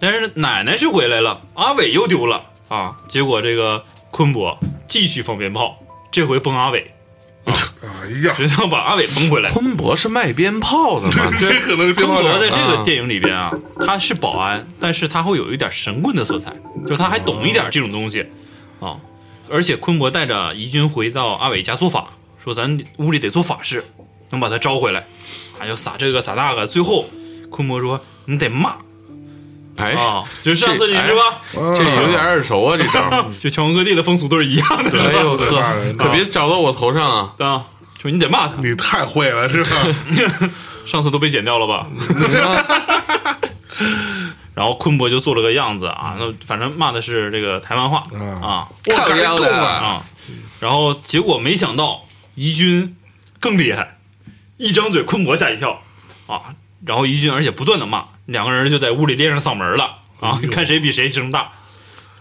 S2: 但是奶奶是回来了，阿伟又丢了啊。结果这个昆博继续放鞭炮，这回崩阿伟，
S1: 哎呀，
S2: 直到把阿伟崩回来。
S3: 昆博是卖鞭炮的吗？
S1: 这可能是
S2: 昆
S1: 电话
S2: 博在
S1: 长
S2: 这个电影里边啊，他是保安，但是他会有一点神棍的色彩，就他还懂一点这种东西啊。而且昆博带着怡君回到阿伟家做法，说咱屋里得做法事，能把他招回来。还要撒这个撒那个，最后昆博说你得骂
S3: 哎，
S2: 啊，就是上次你是吧？
S3: 这有点耳熟啊，这招儿。
S2: 哎就全国各地的风俗都是一样的，
S3: 哎呦
S1: 对骂
S3: 呵，
S1: 人
S3: 可别找到我头上啊！
S2: 啊，说你得骂他。
S1: 你太会了，是吧？
S2: 上次都被剪掉了吧？ 然后昆博就做了个样子啊，那反正骂的是这个台湾话啊
S1: 啊
S3: 我
S1: 我
S3: 改
S1: 改
S3: 够
S1: 够
S3: 了
S1: 了，
S2: 啊，然后结果没想到怡君更厉害，一张嘴昆博吓一跳啊，然后怡君而且不断的骂，两个人就在屋里练上嗓门了啊，看谁比谁声大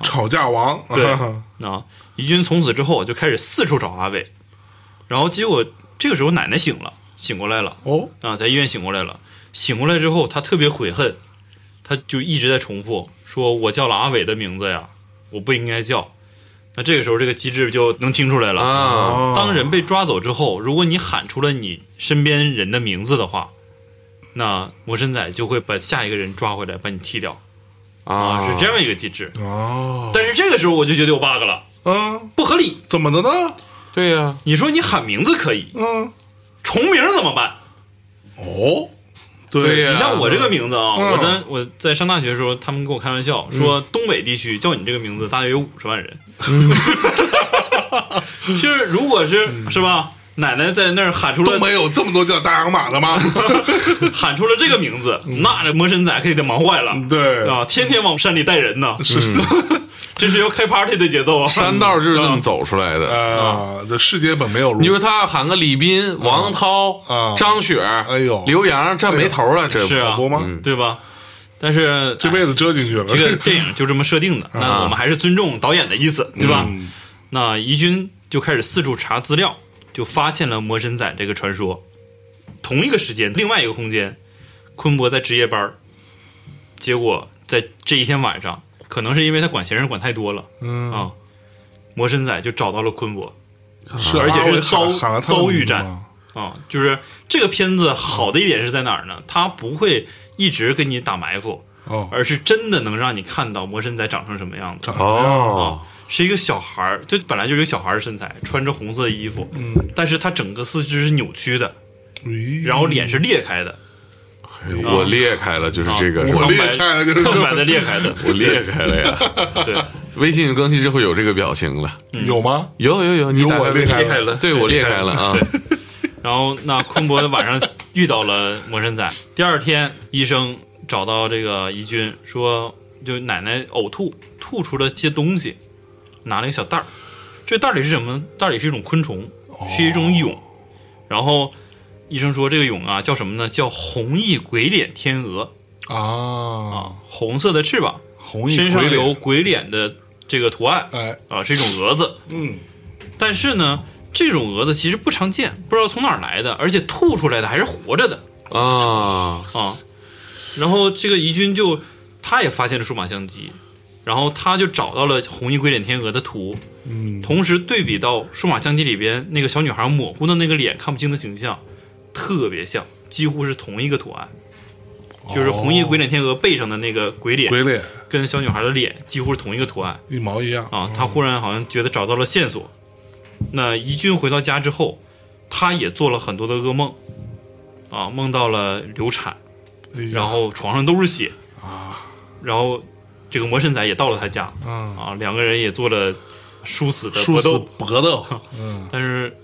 S1: 吵架王，
S2: 对啊。怡君从此之后就开始四处找阿伟，然后结果这个时候奶奶醒了，醒过来了。
S1: 哦，
S2: 啊，在医院醒过来了。醒过来之后，他特别悔恨，他就一直在重复说：“我叫了阿伟的名字呀，我不应该叫。”那这个时候，这个机制就能听出来了。
S3: 啊，
S1: 哦
S2: 当人被抓走之后，如果你喊出了你身边人的名字的话，那魔神仔就会把下一个人抓回来，把你踢掉啊，是这样一个机制。
S1: 哦，
S2: 但是这个时候我就觉得有 bug 了，
S1: 嗯，
S2: 不合理。
S1: 怎么的呢？
S3: 对呀，
S2: 你说你喊名字可以，
S1: 嗯，
S2: 重名怎么办？
S1: 哦，
S3: 对呀
S2: 你像我这个名字啊，
S1: 嗯
S2: 我在我在上大学的时候，他们跟我开玩笑说，东北地区叫你这个名字大约有五十万人。 其实如果是是吧，奶奶在那儿喊出
S1: 东
S2: 了
S1: 北有这么多叫大洋马的吗？
S2: 喊出了这个名字，那这魔神仔可得忙坏了
S1: 嗯对，
S2: 啊！天天往山里带人呢，是， 这是要开 party 的节奏啊！
S3: 山道就是这么走出来
S2: 嗯
S3: 的。
S1: 啊，这世界本没有路。
S3: 你说他要喊个李斌、王涛
S2: 嗯
S1: 啊、
S3: 张雪，
S1: 哎呦
S3: 刘洋，这没头了，这
S2: 是啊
S1: 好播吗？
S2: 对吧？但是
S1: 这辈子遮进去了。
S2: 这个电影就这么设定的，那我们还是尊重导演的意思，对吧？那怡君就开始四处查资料，就发现了魔神仔这个传说。同一个时间，另外一个空间，昆博在值夜班儿结果在这一天晚上，可能是因为他管闲事管太多了
S1: 嗯，
S2: 啊，魔神仔就找到了昆博
S1: 是，啊
S2: 而且是
S1: 阿伟喊
S2: 遭
S1: 喊了他的
S2: 遭遇
S1: 名字
S2: 战
S1: 吗
S2: 啊。就是这个片子好的一点是在哪儿呢？它不会一直跟你打埋伏，
S1: 哦，
S2: 而是真的能让你看到魔神仔长成什么样子。
S1: 长什么样？
S3: 哦，
S2: 是一个小孩儿，就本来就是一个小孩儿的身材，穿着红色的衣服，
S1: 嗯，
S2: 但是他整个四肢是扭曲的，
S1: 咦
S2: 然后脸是裂开的，嗯啊
S3: 我裂开了，就是这个，
S1: 我裂开了就是
S2: 苍白的裂开的，
S3: 我裂开了呀。
S2: 对，
S3: 微信更新之后有这个表情了，
S1: 有吗？
S3: 有有有，你
S1: 有
S3: 打
S1: 我
S3: 开
S1: 裂
S3: 微信
S1: 开
S2: 裂开了
S3: 对我裂开了啊，
S2: 然后那昆博晚上遇到了魔神仔，第二天医生找到这个怡君说，就奶奶呕吐，吐出了些东西，拿了一个小袋儿，这袋儿里是什么呢？袋儿里是一种昆虫，是一种蛹，然后医生说这个蛹啊叫什么呢？叫红翼鬼脸天鹅
S1: 啊，
S2: 啊，红色的翅膀。
S1: 红
S2: 身
S1: 衣
S2: 上
S1: 鬼
S2: 有
S1: 脸，
S2: 鬼脸的这个图案
S1: 哎，
S2: 啊，是一种蛾子。
S1: 嗯，
S2: 但是呢，这种蛾子其实不常见，不知道从哪儿来的，而且吐出来的还是活着的
S3: 啊，
S2: 啊。然后这个怡君就他也发现了数码相机，然后他就找到了红衣鬼脸天鹅的图，嗯，同时对比到数码相机里边那个小女孩模糊的那个脸看不清的形象，特别像，几乎是同一个图案。就是红
S1: 哦
S2: 衣鬼脸天鹅背上的那个鬼脸，
S1: 鬼脸
S2: 跟小女孩的脸几乎是同一个图案。
S1: 一毛一样
S2: 啊，他忽然好像觉得找到了线索。那怡君回到家之后，他也做了很多的噩梦，啊，梦到了流产，
S1: 哎呀
S2: 然后床上都是血啊，然后这个魔神仔也到了他家
S1: 嗯，
S2: 啊，两个人也做了殊死的
S1: 殊
S2: 搏
S1: 死
S2: 斗，啊
S1: 搏斗，嗯，
S2: 但是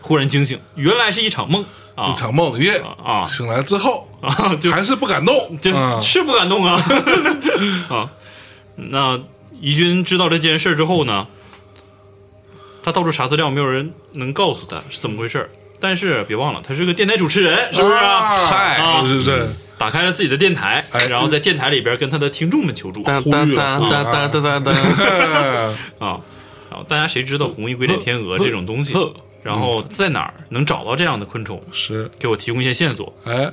S2: 忽然惊醒，原来是一场梦啊
S1: 一场梦魇
S2: 啊
S1: 醒来之后
S2: 啊， 就
S1: 还是不敢动，
S2: 这
S1: 嗯
S2: 是不敢动啊 啊！那怡君知道这件事之后呢，他到处查资料，没有人能告诉他是怎么回事儿。但是别忘了，他是个电台主持人，是不是啊？
S1: 啊
S3: 嗨
S2: 啊
S1: 就是这
S2: 打开了自己的电台，
S1: 哎嗯
S2: 然后在电台里边跟他的听众们求助
S3: 哒
S2: 啊。
S3: 哒哒哒哒哒 哒哒，
S2: 嗯然啊后大家谁知道红衣鬼脸天鹅
S1: 嗯
S2: 这种东西？然后在哪儿能找到这样的昆虫？
S1: 是，
S2: 给我提供一些线索。
S1: 哎，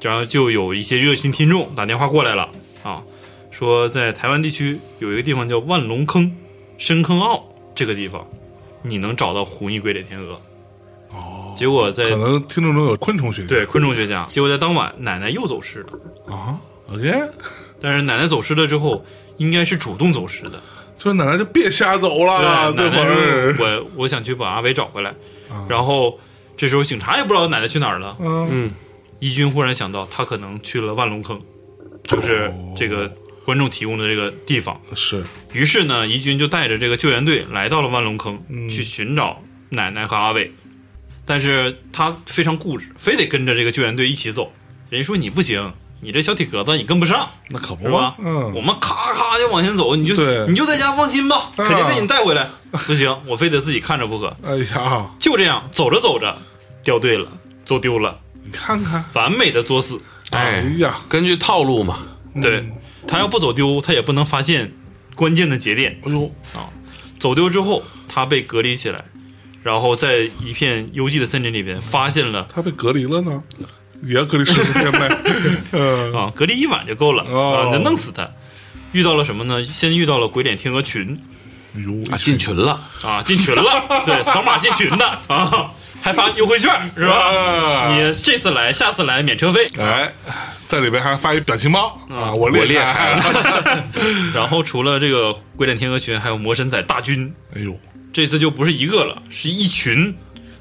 S2: 然后就有一些热心听众打电话过来了啊，说在台湾地区有一个地方叫万龙坑、深坑坳这个地方，你能找到红翼鬼脸天鹅。哦，结果在
S1: 可能听众中有昆虫学家
S2: 对昆虫学家，结果在当晚奶奶又走失了。
S1: 啊，OK，
S2: 但是奶奶走失了之后，应该是主动走失的。
S1: 就是奶奶就别瞎走了，
S2: 奶
S1: 这会
S2: 奶
S1: 儿
S2: 说：“我我想去把阿伟找回来。然后这时候警察也不知道奶奶去哪儿了。
S1: 嗯
S2: 义军忽然想到，他可能去了万龙坑，就是这个观众提供的这个地方。
S1: 是
S2: 于是呢，怡军就带着这个救援队来到了万龙坑，去寻找奶奶和阿伟。但是他非常固执，非得跟着这个救援队一起走。人家说你不行，你这小体格子你跟不上，
S1: 那可不
S2: 是吧
S1: 嘛？？嗯，
S2: 我们咔咔就往前走，你就
S1: 对
S2: 你就在家放心吧，
S1: 啊
S2: 肯定给你带回来。不行，我非得自己看着不可。
S1: 哎呀，
S2: 就这样走着走着，掉队了，走丢了，
S1: 你看看，
S2: 完美的作死。
S1: 哎
S3: 哎，
S1: 呀，
S3: 根据套路嘛，
S1: 嗯
S2: 对、他要不走丢，他也不能发现关键的节点。
S1: 哎呦，
S2: 走丢之后，他被隔离起来，然后在一片幽寂的森林里边发现了
S1: 他被隔离了呢，也隔离十四天 呗。嗯，
S2: 啊，隔离一晚就够了
S1: 哦
S2: 啊，能弄死他。遇到了什么呢？先遇到了鬼脸天鹅群
S1: 哎呦，
S3: 啊，进群了，
S2: 啊，进群了，对，扫码进群的啊，还发优惠券是吧？
S1: 啊，
S2: 你这次来，下次来免车费。
S1: 哎，在里边还发一表情包啊，我哎
S3: 我
S1: 厉
S3: 厉害
S1: 害了，
S2: 然后除了这个鬼脸天鹅群，还有魔神仔大军，
S1: 哎呦，
S2: 这次就不是一个了，是一群，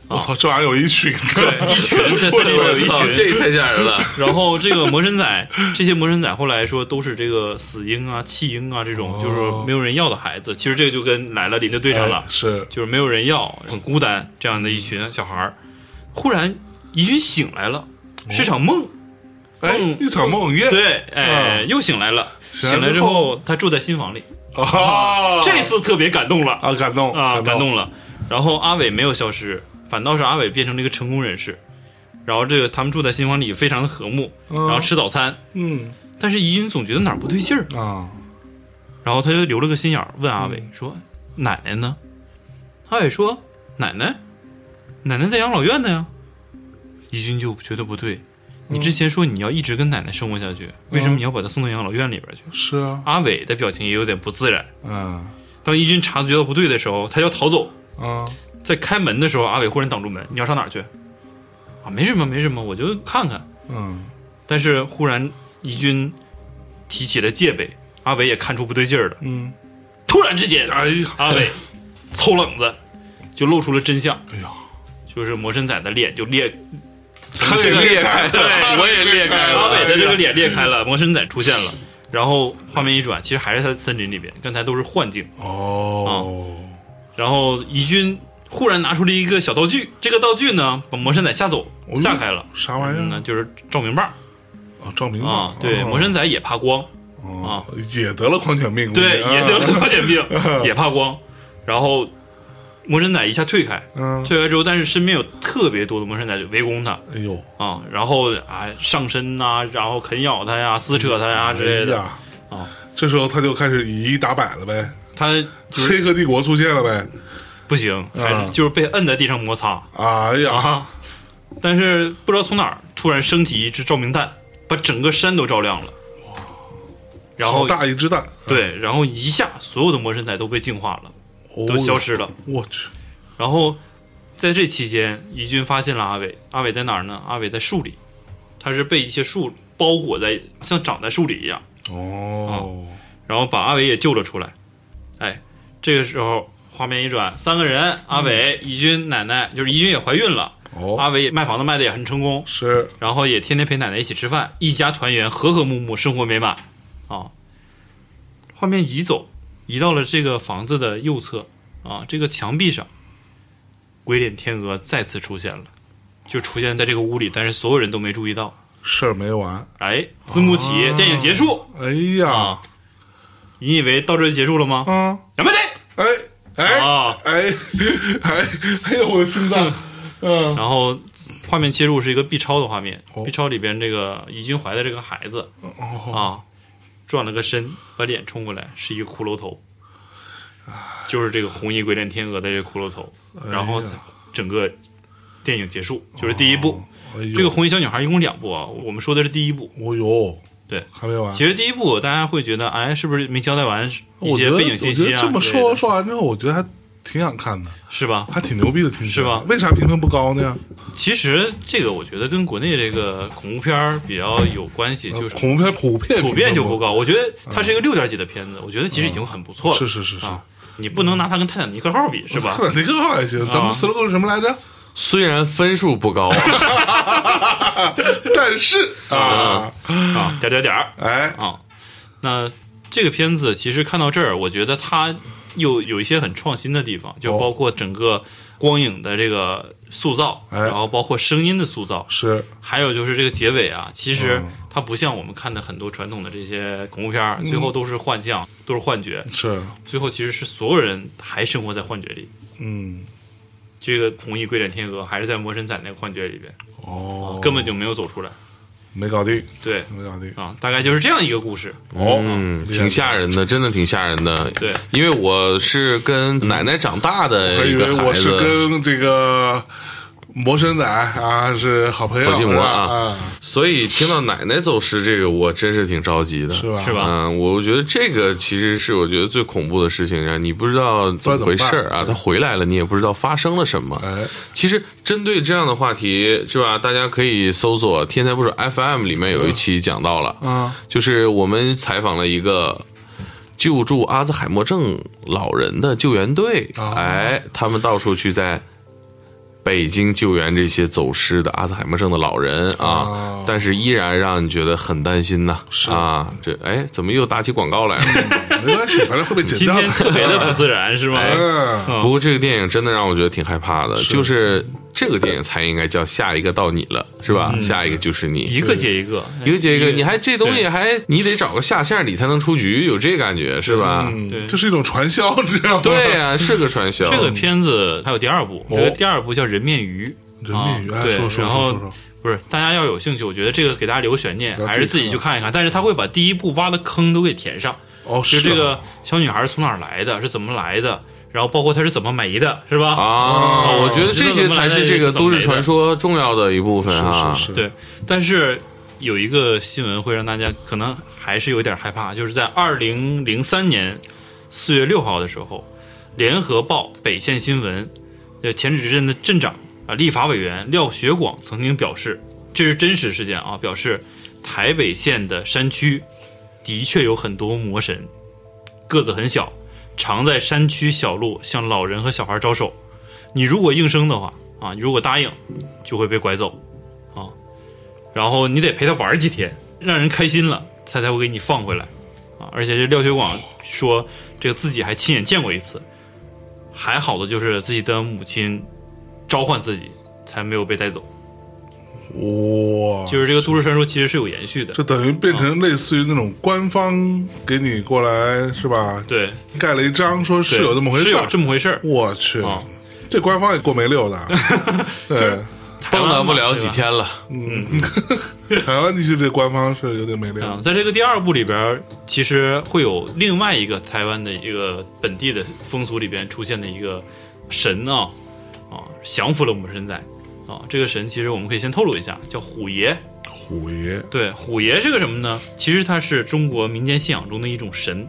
S1: 我操，这玩意儿有一群，
S2: 一群在森林里边有一
S3: 操
S2: 群，
S3: 这也太吓 人了，
S2: 然后这个魔神仔，这些魔神仔后来说都是这个死婴啊、弃婴啊这种，就是没有人要的孩子。其实这个就跟来了里的对上了
S1: 哎， 是
S2: 就是没有人要，很孤单这样的一群小孩儿。忽然，一群醒来了，是场梦。
S1: 哎，一场梦 魇，
S2: 对，哎，又醒来了。
S1: 嗯醒来
S2: 醒来
S1: 之
S2: 之
S1: 后
S2: 后，他住在新房里，
S1: 啊，
S2: 这次特别感动了
S1: 啊，感动
S2: 啊，感
S1: 感，
S2: 动了。然后阿伟没有消失，反倒是阿伟变成了一个成功人士。然后这个他们住在新房里非常的和睦，
S1: 嗯
S2: 然后吃早餐。
S1: 嗯
S2: 但是怡君总觉得哪儿不对劲儿，
S1: 啊，
S2: 然后他就留了个心眼儿，问阿
S1: 嗯
S2: 伟说：“奶奶呢？”阿伟说：“奶奶，奶奶在养老院呢呀。”怡君就觉得不对，你之前说你要一直跟奶奶生活下
S1: 嗯
S2: 去，为什么你要把她送到养老院里边去？
S1: 是啊，
S2: 阿伟的表情也有点不自然。
S1: 嗯
S2: 当怡君察觉到不对的时候，他要逃走，
S1: 啊，
S2: 在开门的时候，阿伟忽然挡住门：“你要上哪儿去？”啊，没什么，没什么，我就看看。
S1: 嗯，
S2: 但是忽然，怡君提起了戒备，阿伟也看出不对劲儿了。
S1: 嗯，
S2: 突然之间，
S1: 哎呀，
S2: 阿伟凑冷子，就露出了真相，
S1: 哎呀，
S2: 就是魔神仔的脸就裂，
S1: 他
S2: 这
S1: 也
S2: 个
S1: 裂开，
S2: 对
S3: 我也裂开
S2: 阿
S3: 了，
S2: 伟的这个脸裂开了，魔神仔出现了。然后画面一转，其实还是他森林里边，刚才都是幻境。
S1: 哦，
S2: 然后怡君忽然拿出了一个小道具，这个道具呢，把魔神仔吓走，
S1: 哎呦
S2: 吓开了。
S1: 啥玩意
S2: 嗯，那
S1: 儿
S2: 就是照明棒
S1: 啊？照明
S2: 啊，对，魔神仔也怕光，
S1: 啊，也得了啊狂犬病，
S2: 对，
S1: 估计
S2: 也得了狂犬病， 也怕光。然后魔神仔一下退开，
S1: 嗯，
S2: 退开之后，但是身边有特别多的魔神仔就围攻他，
S1: 哎呦，
S2: 啊、然后啊上身呐、然后啃咬它呀、撕扯它呀之
S1: 哎
S2: 类的。
S1: 呀，
S2: 啊
S1: 这时候他就开始以一打百了呗，
S2: 它
S1: 黑客帝国出现了呗，
S2: 不行，还
S1: 啊
S2: 是就是被摁在地上摩擦
S1: 哎呀，
S2: 啊。但是不知道从哪儿突然升起一只照明弹，把整个山都照亮了。然
S1: 好
S2: 后
S1: 大一啊只蛋，
S2: 对，然后一下所有的魔神仔都被净化了，
S1: 哦
S2: 都消失了。
S1: 我去，
S2: 然后在这期间，怡君发现了阿伟。阿伟在哪儿呢？阿伟在树里，他是被一些树包裹在，像长在树里一样。
S1: 哦，
S2: 然后把阿伟也救了出来。哎，这个时候画面一转，三个人，阿伟、怡君、奶奶，就是怡君也怀孕了，
S1: 嗯哦，
S2: 阿伟也卖房子卖的也很成功，
S1: 是，
S2: 然后也天天陪奶奶一起吃饭，一家团圆，和和睦睦，生活美满啊。画面移走，移到了这个房子的右侧啊，这个墙壁上，鬼脸天鹅再次出现了，就出现在这个屋里，但是所有人都没注意到。
S1: 事儿没完，
S2: 哎，字幕起，电影结束
S1: 哎呀
S2: 啊，！你以为到这儿就结束了吗？
S1: 啊，
S2: 呀没得。
S1: 哎哎
S2: 啊，
S1: 哎哎，哎呦，我的心 脏，嗯，
S2: 然后画面切入是一个 B 超的画面、
S1: 哦
S2: b 超里边这个怡君怀的这个孩子
S1: 哦，
S2: 啊，转了个身，把脸冲过来是一个骷髅头，就是这个红衣鬼脸天鹅的这个骷髅头，然后
S1: 哎呀
S2: 整个电影结束，就是第一部。
S1: 哎呦，
S2: 这个红衣小女孩一共两部啊，我们说的是第一部。
S1: 哦呦，
S2: 对
S1: 还没完，
S2: 其实第一部大家会觉得，哎，是不是没交代完一
S1: 啊我觉
S2: 些
S1: 得
S2: 背景信息
S1: 我觉
S2: 啊？
S1: 得这么
S2: 之类
S1: 说
S2: 的
S1: 说完之后，我觉得还挺想看的，
S2: 是吧？
S1: 还挺牛逼的，听起
S2: 是
S1: 来
S2: 吧
S1: 为啥评分不高呢？
S2: 其实这个我觉得跟国内这个恐怖片儿比较有关系，就是
S1: 呃恐怖片普遍
S2: 普遍就不
S1: 高，
S2: 高。我觉得它是一个六点几的片子，我觉得其实已经很不错了。
S1: 嗯是是是嗯是。
S2: 啊，你不能拿它跟《泰坦尼克号》比，是吧？啊
S1: 那个号也行，咱们 slogan 是什么来 着？
S3: 虽然分数不 高，
S1: 但是啊，
S2: 啊，点儿点儿点儿
S1: 哎，
S2: 啊。那这个片子其实看到这儿，我觉得它又有一些很创新的地方，就
S1: 哦
S2: 包括整个光影的这个塑造，
S1: 哎
S2: 然后包括声音的塑造，
S1: 是
S2: 还有就是这个结尾啊，其实
S1: 嗯
S2: 它不像我们看的很多传统的这些恐怖片儿，最后都是幻象，都是幻觉，
S1: 是，
S2: 最后其实是所有人还生活在幻觉里。
S1: 嗯，
S2: 这个红衣跪舔天鹅还是在魔神仔那个幻觉里边，
S1: 哦，
S2: 根本就没有走出来。
S1: 没搞定，
S2: 对
S1: 没搞定，
S2: 啊，大概就是这样一个故事。
S1: 哦，
S3: 嗯，挺吓人的，真的挺吓人的。
S2: 对，
S3: 因为我是跟奶奶长大
S2: 哎
S1: 我
S3: 的一
S1: 以
S3: 个
S1: 为
S3: 孩
S1: 我是
S3: 子，
S1: 跟这个魔神仔啊是好朋友，
S3: 火
S1: 是
S3: 心魔
S1: 吧
S3: 啊
S1: 啊，
S3: 所以听到奶奶走失这个，我真是挺着急的，
S1: 是吧？
S2: 是吧
S3: 嗯，我觉得这个其实是我觉得最恐怖的事情，让你不知道怎么回事儿啊。他回来了，你也不知道发生了什么。
S1: 哎，
S3: 其实针对这样的话题，是吧？大家可以搜索“天才不手 FM” 里面有一期讲到了，
S1: 啊，
S3: 就是我们采访了一个救助阿兹海默症老人的救援队，
S1: 啊
S3: 哎，他们到处去在北京救援这些走失的阿兹海默症的老人啊，
S1: 啊
S3: 但是依然让你觉得很担心呐、
S1: 是
S3: 啊，这哎，怎么又打起广告来了？
S1: 没 关系，反正会被剪
S2: 今
S1: 掉
S2: 天特别的不自然，是吗？
S3: 哎
S1: 嗯，
S3: 不过这个电影真的让我觉得挺害怕的，就是这个电影才应该叫下一个到你了，是吧？下一个就是你，
S2: 一个接一个，
S3: 一个接一个，你还这东西还你得找个下线，你才能出局，有这感觉是吧？
S2: 对
S1: 这是一种传销，你知道吗？
S3: 对呀、是个传销。
S2: 这个片子还有第二部，
S1: 哦
S2: 这个第二部叫《人面鱼》。
S1: 人面鱼，
S2: 啊
S1: 哎
S2: 对
S1: 说说
S2: 然
S1: 说
S2: 后
S1: 说说，
S2: 不是，大家要有兴趣，我觉得这个给大家留个悬念，
S1: 要
S2: 还是
S1: 自
S2: 自
S1: 己啊
S2: 己去看一看。但是他会把第一步挖的坑都给填上，
S1: 哦，
S2: 就是这
S1: 啊
S2: 个小女孩是从哪儿来的，是怎么来的，然后包括她是怎么没的，是吧？
S3: 啊，
S2: 哦
S3: 我觉得这些才是这个都市传说重要的一部分啊。
S1: 是是是，
S2: 对，但是有一个新闻会让大家可能还是有点害怕，就是在二零零三年四月六号的时候，联合报北县新闻的前指镇的镇长啊，立法委员廖学广曾经表示，这是真实事件啊，表示台北县的山区的确有很多魔神，个子很小，常在山区小路向老人和小孩招手。你如果应声的话啊，你如果答应，就会被拐走。然后你得陪他玩几天，让人开心了，他才会给你放回来啊！而且这廖学广说，这个自己还亲眼见过一次，还好的就是自己的母亲召唤自己，才没有被带走。
S1: 哇，
S2: 就是这个都市传说其实是有延续的，
S1: 这等于变成类似于那种官方给你过来是吧？
S2: 对，
S1: 盖了一章，说是
S2: 对
S1: 有这么回
S2: 是
S1: 事
S2: 有
S1: 儿。
S2: 这么回事儿。
S1: 我去
S2: 啊，
S1: 这官方也够没溜的 啊。对，
S2: 台
S3: 蹦
S2: 湾嘛
S3: 跶不了几
S2: 对吧嗯
S3: 天了，
S1: 台湾地区这官方是有点没溜
S2: 啊，。在这个第二部里边儿，其实会有另外一个台湾的一个本地的风俗里边出现的一个神啊啊，降服了我们神仔啊。这个神其实我们可以先透露一下，叫虎爷。
S1: 虎爷
S2: 对，虎爷是个什么呢？其实它是中国民间信仰中的一种神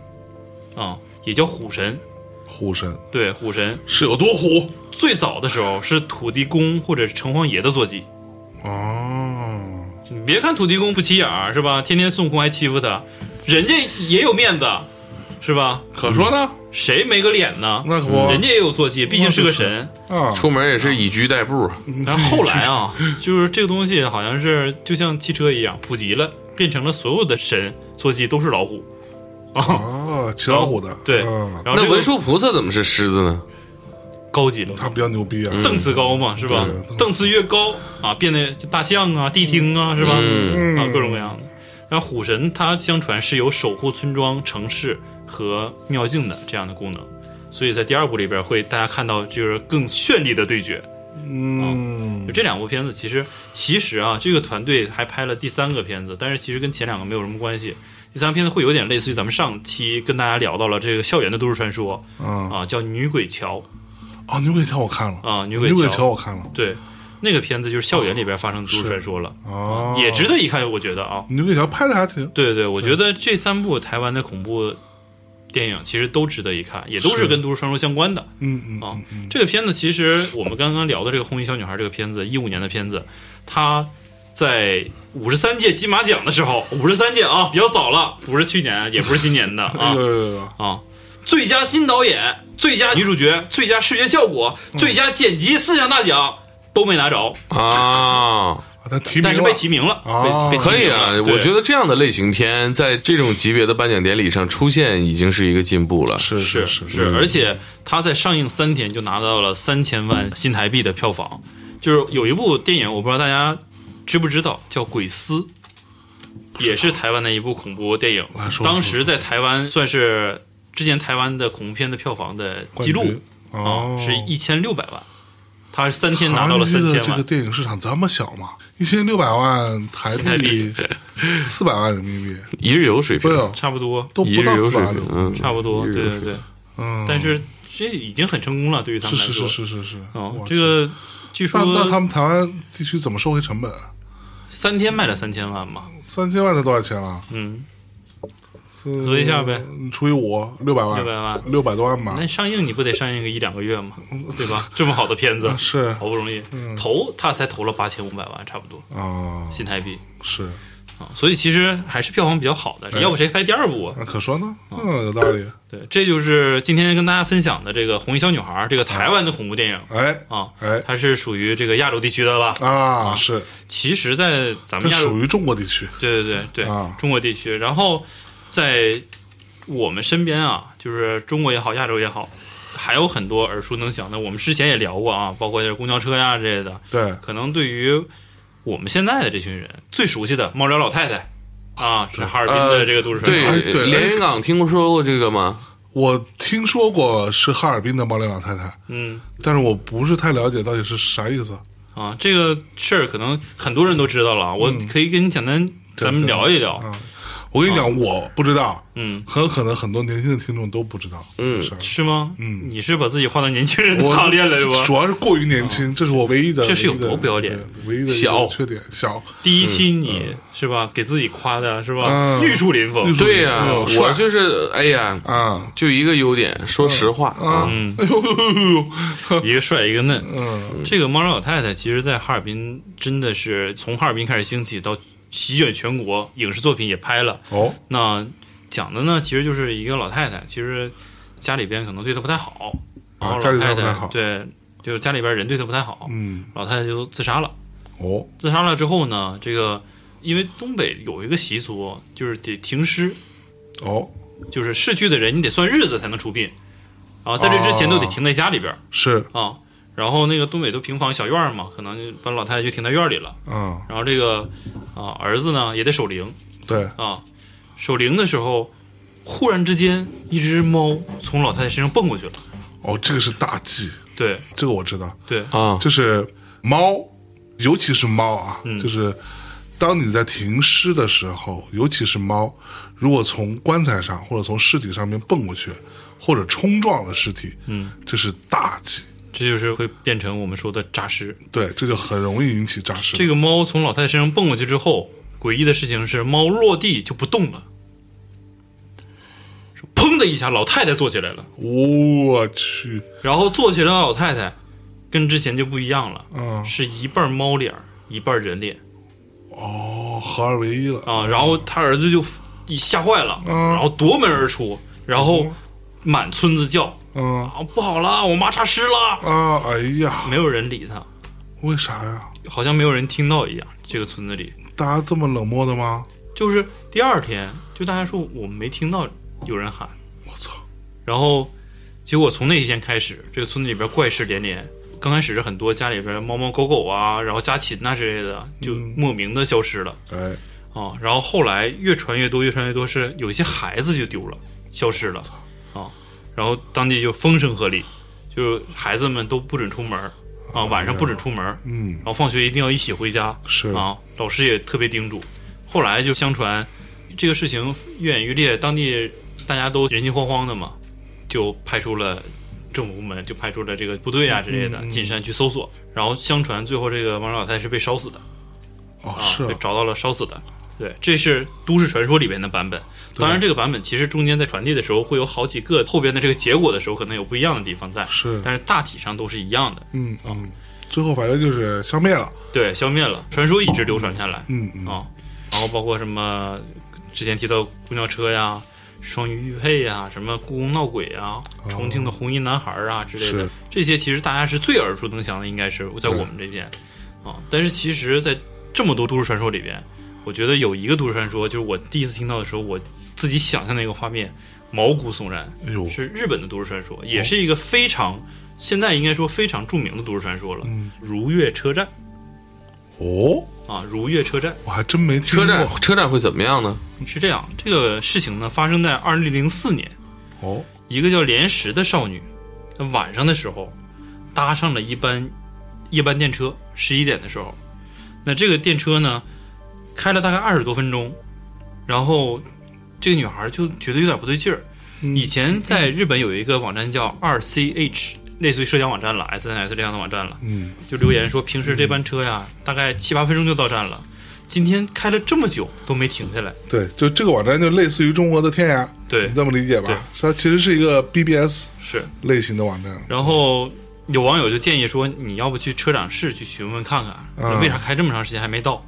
S2: 啊，也叫虎神。
S1: 虎神
S2: 对，虎神
S1: 是有多虎？
S2: 最早的时候是土地公或者是城隍爷的坐骑。
S1: 哦，
S2: 你别看土地公不起眼儿是吧？天天孙悟空还欺负他，人家也有面子，是吧？
S1: 可说呢，
S2: 谁没个脸呢？
S1: 那可不
S2: 人家也有坐骑，毕竟是个神。
S1: 啊，
S3: 出门也是以居代步。
S2: 但后来啊， 就是这个东西好像是就像汽车一样普及了，变成了所有的神坐骑都是老虎。
S1: 啊，骑老虎的，
S2: 哦对，
S1: 啊
S2: 然后
S3: 那
S2: 这
S3: 文
S2: 个
S3: 殊菩萨怎么是狮子呢？
S2: 高级了，
S1: 他比较牛逼啊，
S2: 档次高嘛，是吧
S1: 对？
S2: 档次越高啊，变得就大象啊、地听啊，是吧？
S3: 嗯
S2: 啊，各种各样的。然后虎神它相传是有守护村庄、城市和庙境的这样的功能，所以在第二部里边会大家看到就是更绚丽的对决。
S1: 嗯
S2: 就，这两部片子，其实其实啊，这个团队还拍了第三个片子，但是其实跟前两个没有什么关系。第三个片子会有点类似于咱们上期跟大家聊到了这个校园的都市传说
S1: 啊，
S2: 啊，叫《女鬼桥》
S1: 哦，牛鬼桥我看了，
S2: 啊，《女鬼
S1: 牛
S2: 桥
S1: 鬼》桥我看了，
S2: 对，那个片子就是校园里边发生的都市传说了，
S1: 哦，
S2: 也值得一看，我觉得啊。
S1: 牛鬼桥拍的还挺
S2: 对对，我觉得这三部台湾的恐怖电影其实都值得一看，也都是跟都市传说相关的。
S1: 嗯嗯
S2: 啊，这个片子其实我们刚刚聊的这个《红衣小女孩》这个片子，一五年的片子，它在五十三届金马奖的时候，五十三届啊，比较早了，不是去年，也不是今 年的啊
S1: 有有有，
S2: 啊，最佳新导演、最佳女主角、最佳视觉效果、
S1: 嗯
S2: 最佳剪辑四项大奖都没拿着，
S3: 啊，
S1: 他提名
S2: 但
S1: 了
S2: 是被提名了，
S1: 哦
S2: 被被提
S3: 可以
S2: 名
S3: 啊
S2: 了，对
S3: 我觉得这样的类型片在这种级别的颁奖典礼上出现，已经是一个进步了。
S1: 是
S2: 是
S1: 是嗯
S2: 是，而且它在上映三天就拿到了三千万新台币的票房，就是有一部电影，我不知道大家知不知道，叫《鬼丝》。也是台湾的一部恐怖电影
S1: 来说，说
S2: 当时在台湾算是之前台湾的恐怖片的票房的
S1: 冠
S2: 记录
S1: 军
S2: 啊、
S1: 哦，
S2: 是一千六百万，它三天拿
S1: 韩
S2: 到了
S1: 剧
S2: 三
S1: 的
S2: 千
S1: 这
S2: 万
S1: 个，电影市场这么小嘛，一千六百万台
S2: 台
S1: 币
S2: 币，
S1: 四百万人民币，
S3: 一日游水
S1: 不
S3: 平，
S1: 有
S2: 差不多，
S1: 都
S3: 一
S1: 不
S3: 日
S1: 到
S3: 游
S1: 四
S3: 水
S1: 百万
S3: 平
S1: 人民，币。
S3: 嗯，
S2: 差不多，
S3: 一日游
S2: 对对
S3: 水平
S2: 对。
S1: 嗯，
S2: 但是这已经很成功了，对于他
S1: 是
S2: 们来
S1: 是
S2: 说
S1: 是，是是是，
S2: 哦
S1: 哇，
S2: 这个据
S1: 那
S2: 说
S1: 那他们台湾地区怎么收回成本？
S2: 三天卖了三千万嘛，
S1: 三千万才多少钱了？
S2: 嗯，
S1: 是
S2: 合一下呗，
S1: 除以五，六百万，
S2: 600万
S1: 六百多万吧。
S2: 那上映你不得上映个一两个月吗？
S1: 嗯
S2: 对吧？ 这么好的片子，
S1: 是
S2: 好不容易
S1: 嗯
S2: 投，他才投了八千五百万，差不多
S1: 啊，
S2: 新台币
S1: 是，
S2: 啊，所以其实还是票房比较好的。要不谁拍第二部啊？
S1: 那可说呢，嗯，有道理。
S2: 对，这就是今天跟大家分享的这个《红衣小女孩》这个台湾的恐怖电影
S1: 哎
S2: 啊，
S1: 哎
S2: 它是属于这个亚洲地区的了。
S1: 啊，是，
S2: 其实，在咱
S1: 这
S2: 们亚洲
S1: 属于中国地区
S2: 对对对对，
S1: 啊
S2: 中国地区。然后在我们身边啊，就是中国也好，亚洲也好，还有很多耳熟能详的。我们之前也聊过啊，包括就是公交车呀之类的。
S1: 对
S2: 可能对于我们现在的这群人最熟悉的猫聊老太太啊，是哈尔滨的这个都市传说。
S1: 哎对哎
S3: 连云港听过说过这个吗？
S1: 我听说过是哈尔滨的猫脸老太太，
S2: 嗯
S1: 但是我不是太了解到底是啥意思。
S2: 啊，这个事儿可能很多人都知道了啊。我
S1: 嗯
S2: 可以跟你简单咱们聊一聊。
S1: 啊我跟你讲，我不知道，
S2: 哦嗯，
S1: 很有可能很多年轻的听众都不知道。
S3: 嗯
S1: 是
S2: 是吗？
S1: 嗯
S2: 你是把自己划到年轻人的
S1: 我
S2: 行列了是吧？哦
S1: 主要是过于年轻，这是我唯一的，
S2: 这是有
S1: 唯一的
S2: 多不要脸
S1: 对唯一的一个
S3: 小
S1: 缺点，小
S2: 第一期你、是吧，给自己夸的是吧，
S1: 嗯
S2: 玉树临风，
S3: 对呀、
S1: 哎呦帅
S3: 我就是哎呀，
S1: 啊
S3: 就一个优点，说实话，
S1: 啊！
S2: 嗯
S1: 哎呦呦呦呦，呵
S2: 一个帅一个嫩。
S1: 嗯，
S2: 这个猫老太太其实，在哈尔滨真的是从哈尔滨开始兴起，到席卷全国，影视作品也拍了。
S1: 哦，
S2: 那讲的呢，其实就是一个老太太，其实家里边可能对她不太好，然后
S1: 啊家里对她
S2: 老太
S1: 不太好
S2: 太对，就家里边人对她不太好，
S1: 嗯，
S2: 老太太就自杀了。
S1: 哦，
S2: 自杀了之后呢，这个因为东北有一个习俗，就是得停尸，
S1: 哦，
S2: 就是逝去的人，你得算日子才能出殡，然后在这之前都得停在家里边儿
S1: 是
S2: 啊。然后那个东北都平房小院儿嘛，可能把老太太就停在院儿里了。
S1: 啊，
S2: 然后这个啊儿子呢也得守灵
S1: 对，
S2: 啊，守灵的时候，忽然之间一只猫从老太太身上蹦过去了。
S1: 哦，这个是大忌，
S2: 对
S1: 这个我知道，
S2: 对，
S3: 啊，
S1: 就是猫，尤其是猫啊，
S2: 嗯
S1: 就是当你在停尸的时候，尤其是猫，如果从棺材上或者从尸体上面蹦过去，或者冲撞了尸体，嗯，这是大忌，
S2: 这就是会变成我们说的诈尸。
S1: 对，这就很容易引起诈尸。
S2: 这个猫从老太太身上蹦过去之后，诡异的事情是猫落地就不动了，砰的一下，老太太坐起来了。
S1: 我去，
S2: 然后坐起来的老太太，跟之前就不一样了，
S1: 嗯，
S2: 是一半猫脸儿一半人脸
S1: 哦，合二为一了
S2: 啊。然后他儿子就一吓坏了，
S1: 嗯
S2: 然后夺门而出，然后满村子叫
S1: 嗯
S2: 啊，不好了，我妈诈尸了，
S1: 啊，哎呀，
S2: 没有人理他，
S1: 为啥呀？
S2: 好像没有人听到一样。这个村子里，
S1: 大家这么冷漠的吗？
S2: 就是第二天，就大家说我们没听到有人喊，
S1: 我操，
S2: 然后结果从那一天开始，这个村子里边怪事连连。刚开始是很多家里边猫猫狗狗啊，然后家禽呐之类的，就莫名的消失了。
S1: 哎，
S2: 啊，然后后来越传越多，越传越多是有一些孩子就丢了，消失了啊，然后当地就风声鹤唳，就是孩子们都不准出门儿啊，晚上不准出门儿，
S1: 嗯
S2: 然，后放学一定要一起回家
S1: 是
S2: 啊，老师也特别叮嘱。后来就相传这个事情越演越烈，当地大家都人心惶惶的嘛，就派出了。政府部门就派出了这个部队
S1: 嗯
S2: 啊之类的进山去搜索，然后相传最后这个王老太是被烧死的，
S1: 哦，
S2: 啊，
S1: 是
S2: 被
S1: 啊，
S2: 找到了烧死的。对，这是都市传说里边的版本。当然，这个版本其实中间在传递的时候会有好几个后边的这个结果的时候，可能有不一样的地方在，
S1: 是
S2: 但是大体上都是一样的。
S1: 嗯嗯，最后反正就是消灭了，
S2: 对，消灭了，传说一直流传下来。
S1: 嗯嗯，
S2: 啊、然后包括什么之前提到公交车呀、双鱼玉佩呀、什么故宫闹鬼呀、重庆的红衣男孩啊之类
S1: 哦
S2: 的
S1: 是，
S2: 这些其实大家是最耳熟能详的，应该是在我们这边啊、但是其实，在这么多都市传说里边，我觉得有一个都市传说，就是我第一次听到的时候，我自己想象的一个画面，毛骨悚然，
S1: 哎呦，
S2: 是日本的都市传说，也
S1: 哦
S2: 是一个非常。现在应该说非常著名的都市传说了，
S1: 嗯
S2: 如月车站
S1: 哦，
S2: 啊，如月车站，
S1: 我还真没听
S3: 车
S1: 过
S3: 站车站会怎么样呢？
S2: 是这样，这个事情呢发生在二零零四年，
S1: 哦，
S2: 一个叫莲石的少女，她晚上的时候搭上了一班夜班电车，十一点的时候，那这个电车呢开了大概二十多分钟，然后这个女孩就觉得有点不对劲儿。以前在日本有一个网站叫二 CH，类似于社交网站了，SNS 这样的网站了，
S1: 嗯，
S2: 就留言说平时这班车呀大概七八分钟就到站了，今天开了这么久都没停下来。
S1: 对，就这个网站就类似于中国的天涯，
S2: 对
S1: 你，这么理解吧
S2: 对？
S1: 它其实是一个 BBS
S2: 是。
S1: 类型的网站，
S2: 然后有网友就建议说，你要不去车长室去询问看看，
S1: 嗯
S2: 为啥开这么长时间还没到？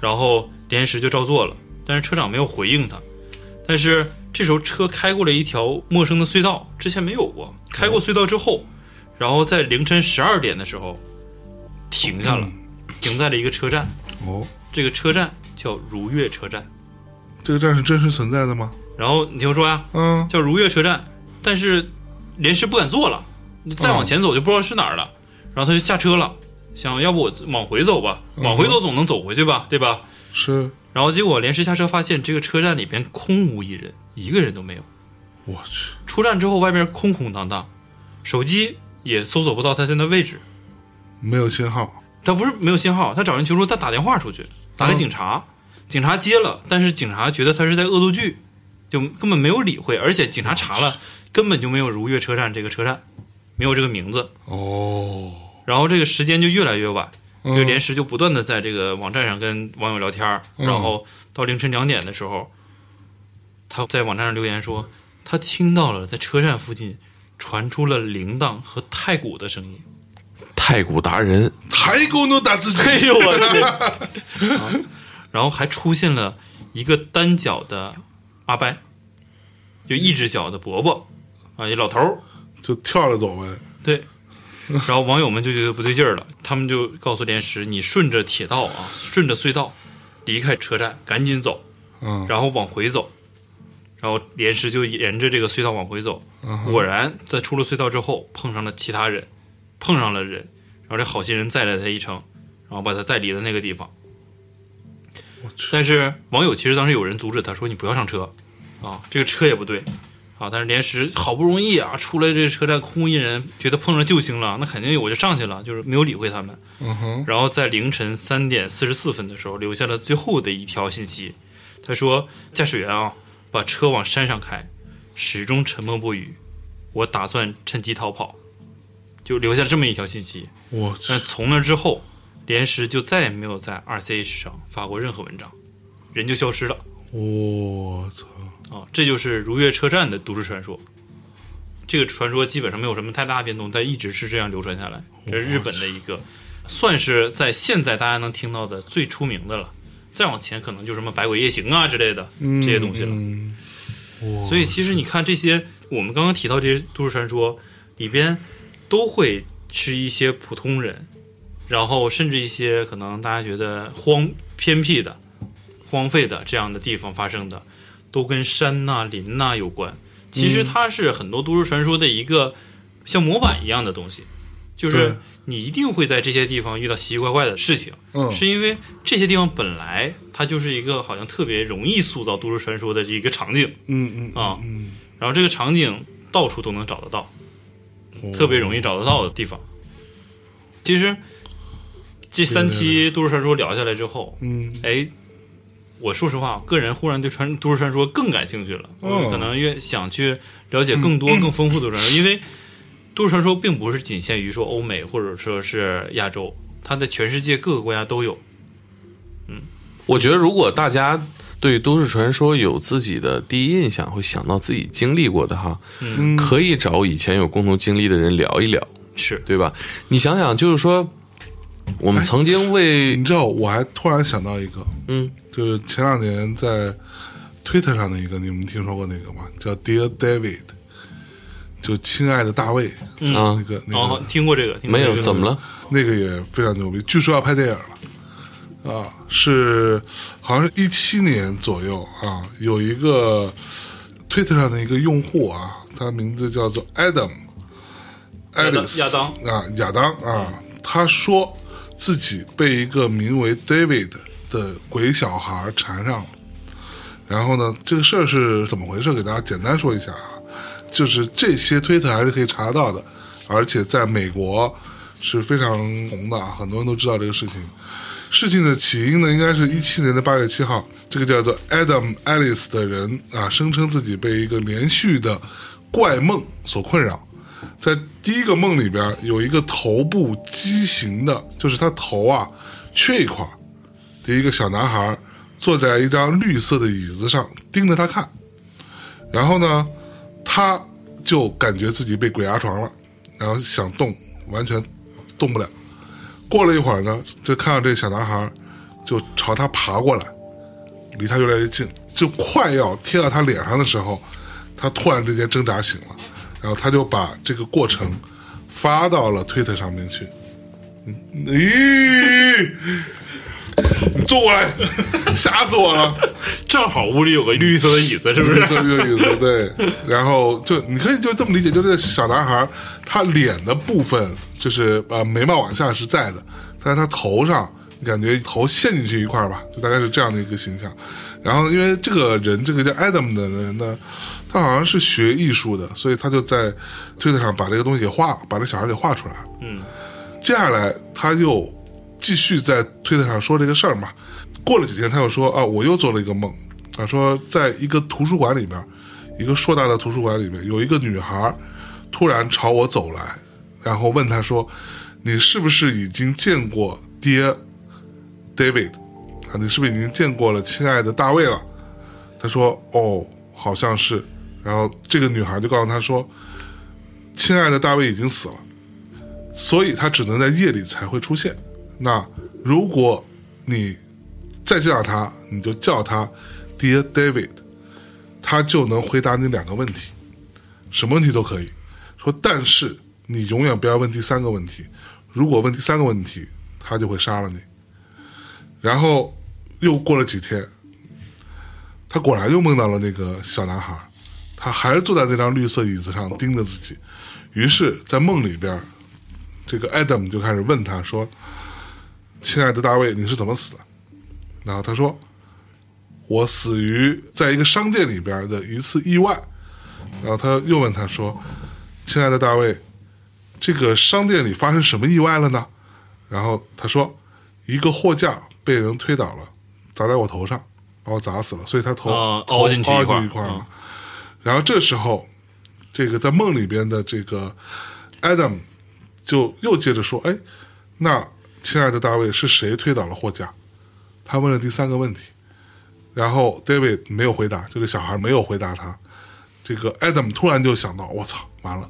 S2: 然后连石就照做了，但是车长没有回应他。但是这时候车开过了一条陌生的隧道，之前没有过。开过隧道之后，然后在凌晨十二点的时候停下了，停在了一个车站，
S1: 哦，
S2: 这个车站叫如月车站。
S1: 这个站是真实存在的吗？
S2: 然后你听我说呀、
S1: 嗯，
S2: 叫如月车站，但是连石不敢坐了，你再往前走就不知道是哪儿了。然后他就下车了，想要不我往回走吧，往回走总能走回去吧，对吧？
S1: 是，
S2: 然后结果连石下车发现这个车站里边空无一人，一个人都没有。
S1: 我去，
S2: 出站之后外面空空荡荡，手机也搜索不到他现在位置。
S1: 没有信号，
S2: 他不是没有信号，他找人求助，他打电话出去，打给警察，警察接了，但是警察觉得他是在恶作剧，就根本没有理会，而且警察查了，根本就没有如月车站这个车站，没有这个名字，
S1: 哦，
S2: 然后这个时间就越来越晚，
S1: 嗯
S2: 就连时就不断的在这个网站上跟网友聊天儿，然后到凌晨两点的时候，他在网站上留言说，他听到了在车站附近传出了铃铛和太鼓的声音。
S3: 太古达人，
S1: 太给我打自己，
S2: 哎呦 我去！啊 然后还出现了一个单脚的阿伯，就一只脚的伯伯啊，一老头儿。
S1: 就跳着走呗，
S2: 对，然后网友们就觉得不对劲儿了，他们就告诉连石：“你顺着铁道啊，顺着隧道离开车站，赶紧走，
S1: 嗯，
S2: 然后往回走。”然后连石就沿着这个隧道往回走，
S1: 嗯
S2: 果然在出了隧道之后碰上了其他人，碰上了人，然后这好心人载了他一程，然后把他带离了那个地方。
S1: 我去，
S2: 但是网友其实当时有人阻止他说：“你不要上车，啊，这个车也不对，啊。”但是连石好不容易啊出来这个车站空无一人，觉得碰上救星了，那肯定我就上去了，就是没有理会他们。
S1: 嗯哼，
S2: 然后在凌晨三点四十四分的时候，留下了最后的一条信息，他说：“驾驶员啊，把车往山上开，始终沉默不语，我打算趁机逃跑。”就留下了这么一条信息。
S1: 我去
S2: 但，从那之后，连石就再也没有在 RCH 上发过任何文章，人就消失了
S1: 我操，
S2: 啊！这就是如月车站的都市传说。这个传说基本上没有什么太大的变动，但一直是这样流传下来。这是日本的一个，算是在现在大家能听到的最出名的了。再往前可能就什么《百鬼夜行》啊之类的这些东西了。
S1: 嗯，
S2: 所以其实你看这些我们刚刚提到这些都市传说里边，都会是一些普通人，然后甚至一些可能大家觉得荒偏僻的、荒废的这样的地方发生的，都跟山呐、林呐、有关。其
S1: 嗯
S2: 实它是很多都市传说的一个像模板一样的东西，就是
S1: 对
S2: 你一定会在这些地方遇到奇奇怪怪的事情。
S1: 嗯，
S2: 是因为这些地方本来它就是一个好像特别容易塑造都市传说的一个场景，
S1: 嗯嗯
S2: 啊
S1: 嗯，
S2: 然后这个场景到处都能找得到，
S1: 嗯
S2: 啊特别容易找得到的地方。其实这三期都市传说聊下来之后，
S1: 嗯，
S2: 哎，我说实话，个人忽然对传都市传说更感兴趣了，
S1: 哦
S2: 我可能越想去了解更
S1: 嗯
S2: 多、更丰富的传说，因为都市传说并不是仅限于说欧美或者说是亚洲，它在全世界各个国家都有。
S3: 我觉得如果大家对都市传说有自己的第一印象，会想到自己经历过的哈，
S2: 嗯
S1: 嗯
S3: 可以找以前有共同经历的人聊一聊，
S2: 是
S3: 对吧？你想想，就是说，我们曾经为
S1: 你知道，我还突然想到一个，
S3: 嗯，
S1: 就是前两年在推特上的一个，你们听说过那个吗？叫 Dear David，就亲爱的大卫，
S3: 啊
S1: 那个那个、
S2: 哦，听过这个，听过
S3: 没
S2: 这个
S3: 有怎么了？
S1: 那个也非常牛逼，据说要拍电影了，啊，是好像是一七年左右啊，有一个推特上的一个用户啊，他名字叫做 Adam，
S2: 亚
S1: 爱
S2: 当
S1: 丽丝
S2: 亚当
S1: 啊，亚当啊，他说自己被一个名为 David 的鬼小孩缠上了。然后呢，这个事儿是怎么回事？给大家简单说一下啊，就是这些推特还是可以查到的，而且在美国是非常红的啊，很多人都知道这个事情。事情的起因呢，应该是一七年的八月七号，这个叫做 Adam Ellis 的人啊，声称自己被一个连续的怪梦所困扰。在第一个梦里边，有一个头部畸形的，就是他头啊缺一块儿的一个小男孩，坐在一张绿色的椅子上，盯着他看。然后呢，他就感觉自己被鬼压床了，然后想动，完全动不了。过了一会儿呢，就看到这小男孩就朝他爬过来，离他越来越近，就快要贴到他脸上的时候，他突然之间挣扎醒了，然后他就把这个过程发到了推特上面去。嗯咦，你坐过来， 吓死我了！
S2: 正好屋里有个绿色的椅子，是不
S1: 绿
S2: 是？
S1: 色绿椅子，对。然后就你可以就这么理解，就是小男孩儿他脸的部分就是呃眉毛往下是在的，但是他头上你感觉头陷进去一块儿吧，就大概是这样的一个形象。然后因为这个人，这个叫 Adam 的人呢，他好像是学艺术的，所以他就在推特上把这个东西给画，把这小孩给画出来。嗯，接下来他又继续在推特上说这个事儿嘛。过了几天，他又说啊，我又做了一个梦啊，说在一个图书馆里边，一个硕大的图书馆里面，有一个女孩突然朝我走来，然后问他说：“你是不是已经见过爹 David 啊？你是不是已经见过了亲爱的大卫了？”他说：“哦，好像是。”然后这个女孩就告诉他说：“亲爱的大卫已经死了。”所以他只能在夜里才会出现。那如果你再见到他，你就叫他 Dear David，他就能回答你两个问题，什么问题都可以。说，但是你永远不要问第三个问题，如果问第三个问题，他就会杀了你。然后又过了几天，他果然又梦到了那个小男孩，他还是坐在那张绿色椅子上盯着自己。于是，在梦里边，这个 Adam 就开始问他说：“亲爱的大卫，你是怎么死的？”然后他说：“我死于在一个商店里边的一次意外。”然后他又问他说：“亲爱的大卫，这个商店里发生什么意外了呢？”然后他说：“一个货架被人推倒了，砸在我头上，把我砸死了，所以他头、
S2: 啊
S1: 头
S2: 凹进去一
S1: 凹
S2: 块
S1: 进
S2: 儿
S1: 去一块儿了。
S2: 嗯
S1: 然后这时候，这个在梦里边的这个 Adam 就又接着说：“哎，那亲爱的大卫，是谁推倒了货架？”他问了第三个问题，然后 David 没有回答，就这小孩没有回答他。这个 Adam 突然就想到：“我操，完了，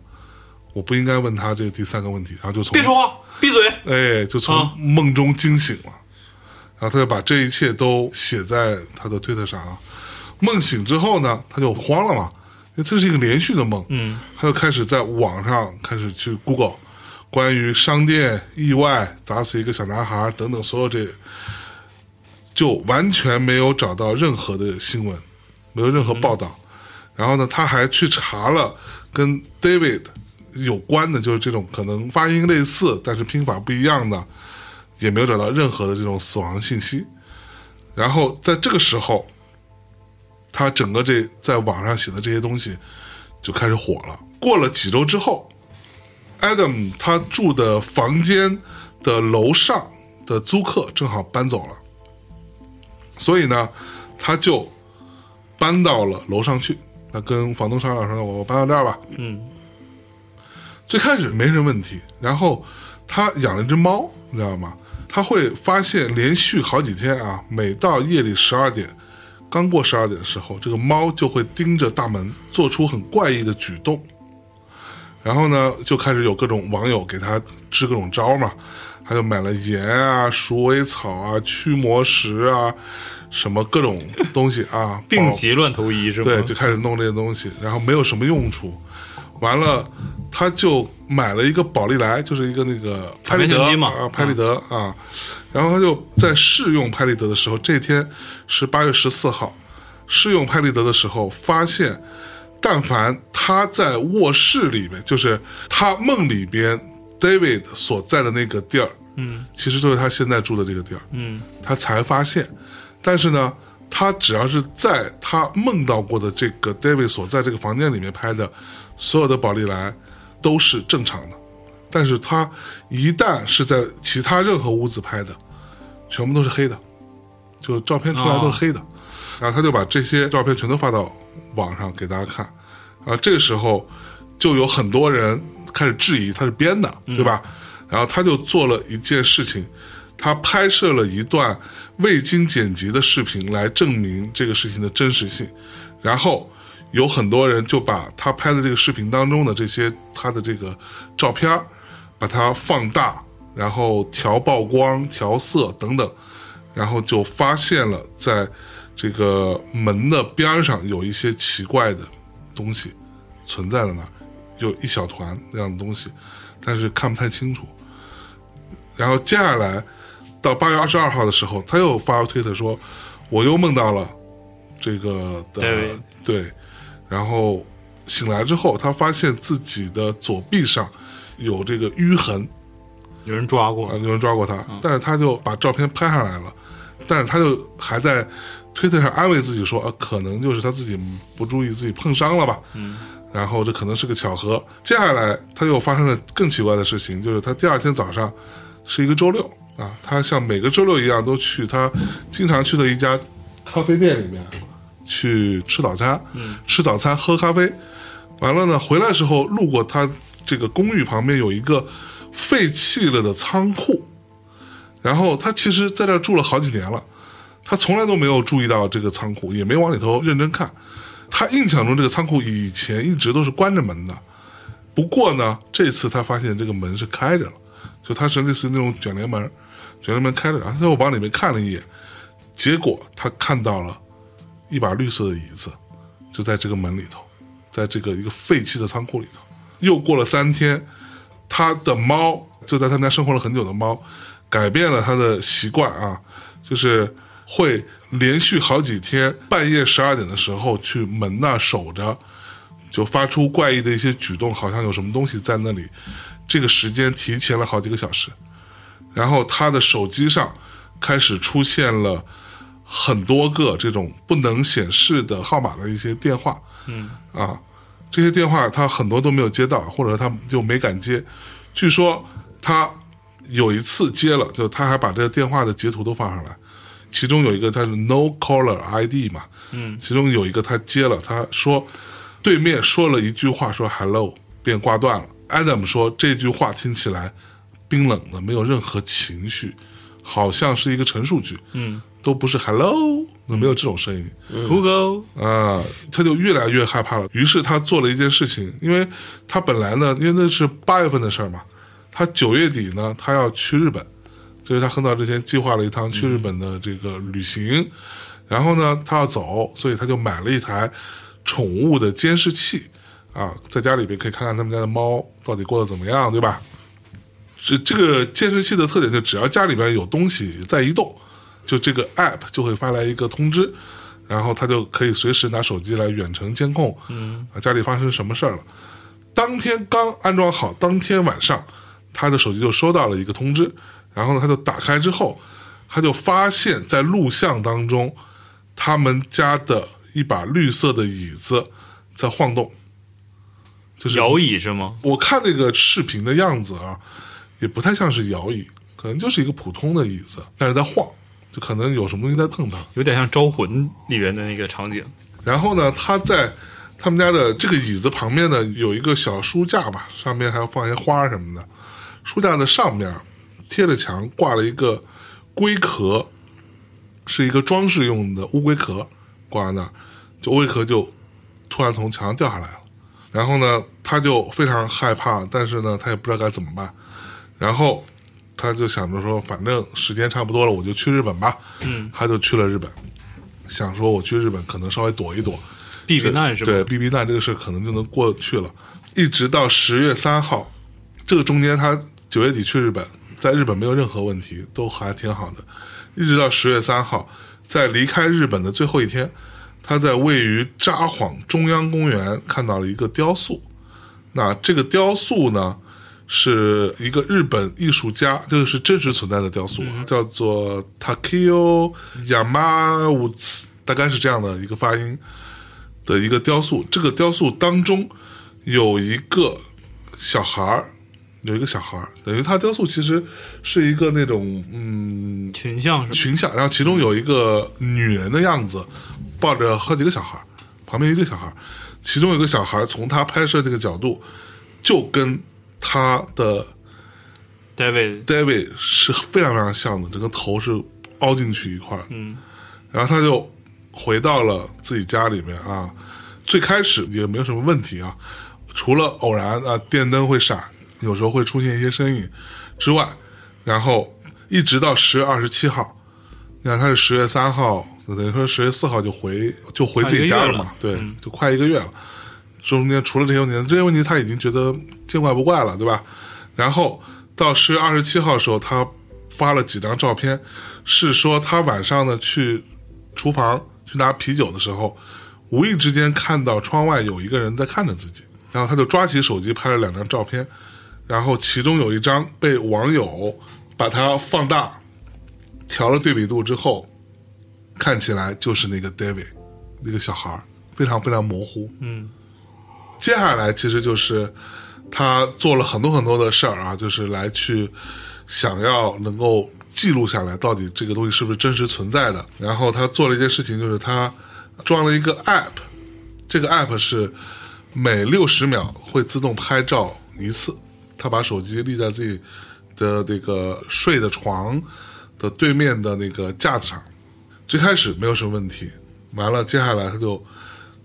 S1: 我不应该问他这第三个问题。”然后就从
S2: 别说话，闭嘴。
S1: 哎，就从
S2: 啊
S1: 梦中惊醒了，然后他就把这一切都写在他的推特上啊。梦醒之后呢，他就慌了嘛，因为这是一个连续的梦，嗯，他就开始在网上开始去 Google 关于商店意外砸死一个小男孩等等所有这，就完全没有找到任何的新闻，没有任何报道。然后呢，他还去查了跟 David 有关的，就是这种可能发音类似但是拼法不一样的，也没有找到任何的这种死亡信息。然后在这个时候，他整个这在网上写的这些东西就开始火了。过了几周之后，Adam 他住的房间的楼上的租客正好搬走了，所以呢，他就搬到了楼上去。那跟房东商量说：“我搬到这儿吧。”嗯，最开始没什么问题。然后他养了一只猫，你知道吗？他会发现连续好几天啊，每到夜里十二点，刚过十二点的时候，这个猫就会盯着大门，做出很怪异的举动。然后呢，就开始有各种网友给他支各种招嘛，他就买了盐啊、鼠尾草啊、驱魔石啊，什么各种东西啊，
S2: 病
S1: 保
S2: 急乱投医是吗？
S1: 对，就开始弄这些东西，然后没有什么用处。完了，他就买了一个宝丽来，就是一个那个拍立
S2: 面
S1: 得
S2: 相机嘛
S1: 啊，拍立得啊。然后他就在试用拍立得的时候，这天是八月十四号，试用拍立得的时候发现，但凡他在卧室里面，就是他梦里边 David 所在的那个地儿，嗯，其实就是他现在住的这个地儿，嗯，他才发现。但是呢，他只要是在他梦到过的这个 David 所在这个房间里面拍的所有的宝丽来都是正常的，但是他一旦是在其他任何屋子拍的，全部都是黑的，就照片出来都是黑的。然后他就把这些照片全都发到网上给大家看，啊，这个时候就有很多人开始质疑他是编的，对吧？然后他就做了一件事情，他拍摄了一段未经剪辑的视频来证明这个事情的真实性，然后有很多人就把他拍的这个视频当中的这些他的这个照片儿，把它放大，然后调曝光、调色等等，然后就发现了在这个门的边儿上有一些奇怪的东西存在了那儿，有一小团那样的东西，但是看不太清楚。然后接下来到八月二十二号的时候，他又发推特说：“我又梦到了这个的
S2: David
S1: 对，然后醒来之后，他发现自己的左臂上有这个淤痕，
S2: 有人抓
S1: 啊
S2: 过，，
S1: 有人抓过他，但是他就把照片拍下来了，但是他就还在推特上安慰自己说，啊，可能就是他自己不注意自己碰伤了吧，嗯，然后这可能是个巧合。接下来他又发生了更奇怪的事情，就是他第二天早上是一个周六啊，他像每个周六一样都去他经常去的一家咖啡店里面去吃早餐，吃早餐喝咖啡，完了呢，回来的时候路过他这个公寓旁边有一个废弃了的仓库，然后他其实在这儿住了好几年了，他从来都没有注意到这个仓库，也没往里头认真看。他印象中这个仓库以前一直都是关着门的，不过呢，这次他发现这个门是开着了，就它是类似于那种卷帘门，卷帘门开着，然后他又往里面看了一眼，结果他看到了一把绿色的椅子，就在这个门里头。在这个一个废弃的仓库里头。又过了三天，他的猫就在他们家生活了很久的猫，改变了他的习惯啊，就是会连续好几天半夜十二点的时候去门那儿守着，就发出怪异的一些举动，好像有什么东西在那里。这个时间提前了好几个小时，然后他的手机上开始出现了很多个这种不能显示的号码的一些电话，啊，这些电话他很多都没有接到，或者他就没敢接。据说他有一次接了，就他还把这个电话的截图都放上来，其中有一个他是 No Caller ID 嘛，嗯，其中有一个他接了，他说对面说了一句话说 Hello，便挂断了。Adam 说这句话听起来冰冷的，没有任何情绪，好像是一个陈述句，嗯，都不是 Hello，没有这种声音。
S2: Google
S1: 啊，他就越来越害怕了。于是他做了一件事情，因为他本来呢，因为那是八月份的事儿嘛，他九月底呢，他要去日本，这是他很早之前计划了一趟去日本的这个旅行。然后呢，他要走，所以他就买了一台宠物的监视器啊，在家里边可以看看他们家的猫到底过得怎么样，对吧？这这个监视器的特点就只要家里边有东西在移动，就这个 app 就会发来一个通知，然后他就可以随时拿手机来远程监控，嗯，啊，家里发生什么事儿了。当天刚安装好，当天晚上他的手机就收到了一个通知，然后呢，他就打开之后，他就发现，在录像当中，他们家的一把绿色的椅子在晃动，就是
S2: 摇椅是吗？
S1: 我看那个视频的样子啊，也不太像是摇椅，可能就是一个普通的椅子，但是在晃，就可能有什么东西在碰它。
S2: 有点像《招魂》里面的那个场景，
S1: 然后呢，他在他们家的这个椅子旁边呢，有一个小书架吧，上面还要放一些花什么的。书架的上面贴着墙挂了一个龟壳，是一个装饰用的乌龟壳，挂在那儿，就乌龟壳就突然从墙上掉下来了。然后呢，他就非常害怕，但是呢，他也不知道该怎么办。然后他就想着说，反正时间差不多了，我就去日本吧。嗯，他就去了日本，想说我去日本可能稍微躲一躲，
S2: 避避难是吧？
S1: 对，避避难这个事儿可能就能过去了。一直到十月三号，这个中间他九月底去日本，在日本没有任何问题，都还挺好的。一直到十月三号，在离开日本的最后一天，他在位于札幌中央公园看到了一个雕塑。那这个雕塑呢，是一个日本艺术家，这个是真实存在的雕
S2: 嗯
S1: 塑啊，叫做 Takio Yamauts，大概是这样的一个发音。的一个雕塑，这个雕塑当中有一个小孩儿，有一个小孩儿，等于他雕塑其实是一个那种嗯
S2: 群像是吧？
S1: 群像，然后其中有一个女人的样子，抱着好几个小孩儿，旁边一堆小孩儿，其中有一个小孩儿从他拍摄这个角度，就跟他的
S2: David
S1: David 是非常非常像的，整个头是凹进去一块儿。嗯，然后他就回到了自己家里面啊，最开始也没有什么问题啊，除了偶然啊电灯会闪，有时候会出现一些身影之外，然后一直到十月二十七号，你看他是十月三号，等于说十月四号就回就回自己家了嘛，嗯对，就快一个月了。中间除了这些问题，这些问题他已经觉得见怪不怪了，对吧？然后到十月二十七号的时候，他发了几张照片，是说他晚上呢去厨房去拿啤酒的时候，无意之间看到窗外有一个人在看着自己，然后他就抓起手机拍了两张照片，然后其中有一张被网友把它放大，调了对比度之后，看起来就是那个 David 那个小孩儿，非常非常模糊。
S2: 嗯，
S1: 接下来其实就是他做了很多很多的事儿啊，就是来去想要能够记录下来，到底这个东西是不是真实存在的。然后他做了一件事情，就是他装了一个 app，这个 app 是每六十秒会自动拍照一次。他把手机立在自己的这个睡的床的对面的那个架子上，最开始没有什么问题，完了接下来他就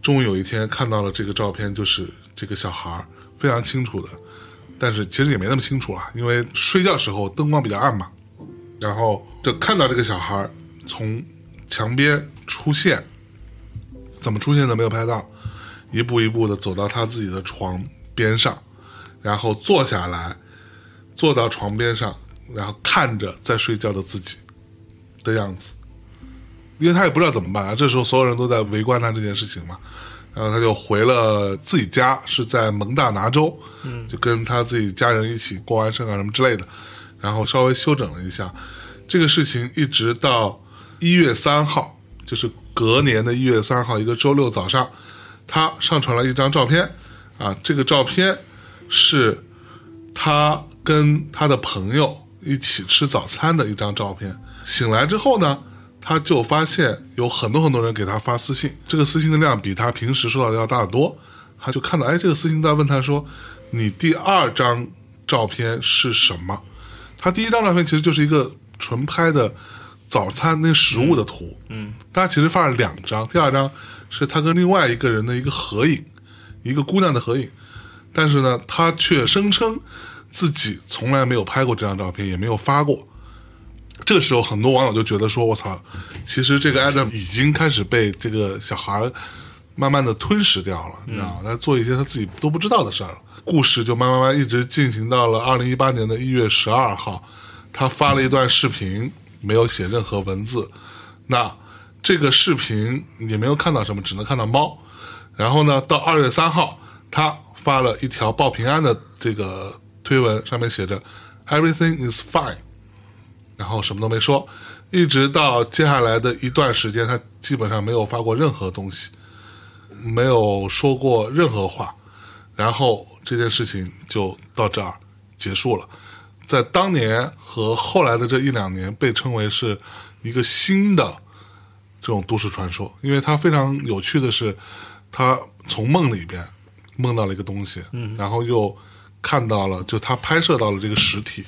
S1: 终于有一天看到了这个照片，就是这个小孩儿非常清楚的，但是其实也没那么清楚了，因为睡觉时候灯光比较暗嘛。然后就看到这个小孩儿从墙边出现，怎么出现的没有拍到，一步一步的走到他自己的床边上，然后坐下来，坐到床边上，然后看着在睡觉的自己的样子。因为他也不知道怎么办啊。这时候所有人都在围观他这件事情嘛，然后他就回了自己家，是在蒙大拿州，嗯，就跟他自己家人一起过完圣诞什么之类的，然后稍微休整了一下。这个事情一直到一月三号，就是隔年的一月三号，一个周六早上，他上传了一张照片，啊，这个照片是他跟他的朋友一起吃早餐的一张照片。醒来之后呢，他就发现有很多很多人给他发私信，这个私信的量比他平时收到的要大得多。他就看到，哎，这个私信在问他说：“你第二张照片是什么？”他第一张照片其实就是一个纯拍的早餐那食物的图，嗯，他其实发了两张，第二张是他跟另外一个人的一个合影，一个姑娘的合影，但是呢，他却声称自己从来没有拍过这张照片，也没有发过。这个时候，很多网友就觉得说：“我操，其实这个 Adam 已经开始被这个小孩儿慢慢的吞噬掉了，你知道吗？他做一些他自己都不知道的事儿了。”故事就慢慢慢一直进行到了二零一八年的一月十二号，他发了一段视频，没有写任何文字。那这个视频也没有看到什么，只能看到猫。然后呢，到二月三号，他发了一条报平安的这个推文，上面写着 “Everything is fine”，然后什么都没说，一直到接下来的一段时间，他基本上没有发过任何东西，没有说过任何话，然后这件事情就到这儿结束了。在当年和后来的这一两年，被称为是一个新的这种都市传说，因为它非常有趣的是，他从梦里边
S3: 嗯
S1: 梦到了一个东西，然后又看到了，就他拍摄到了这个实体，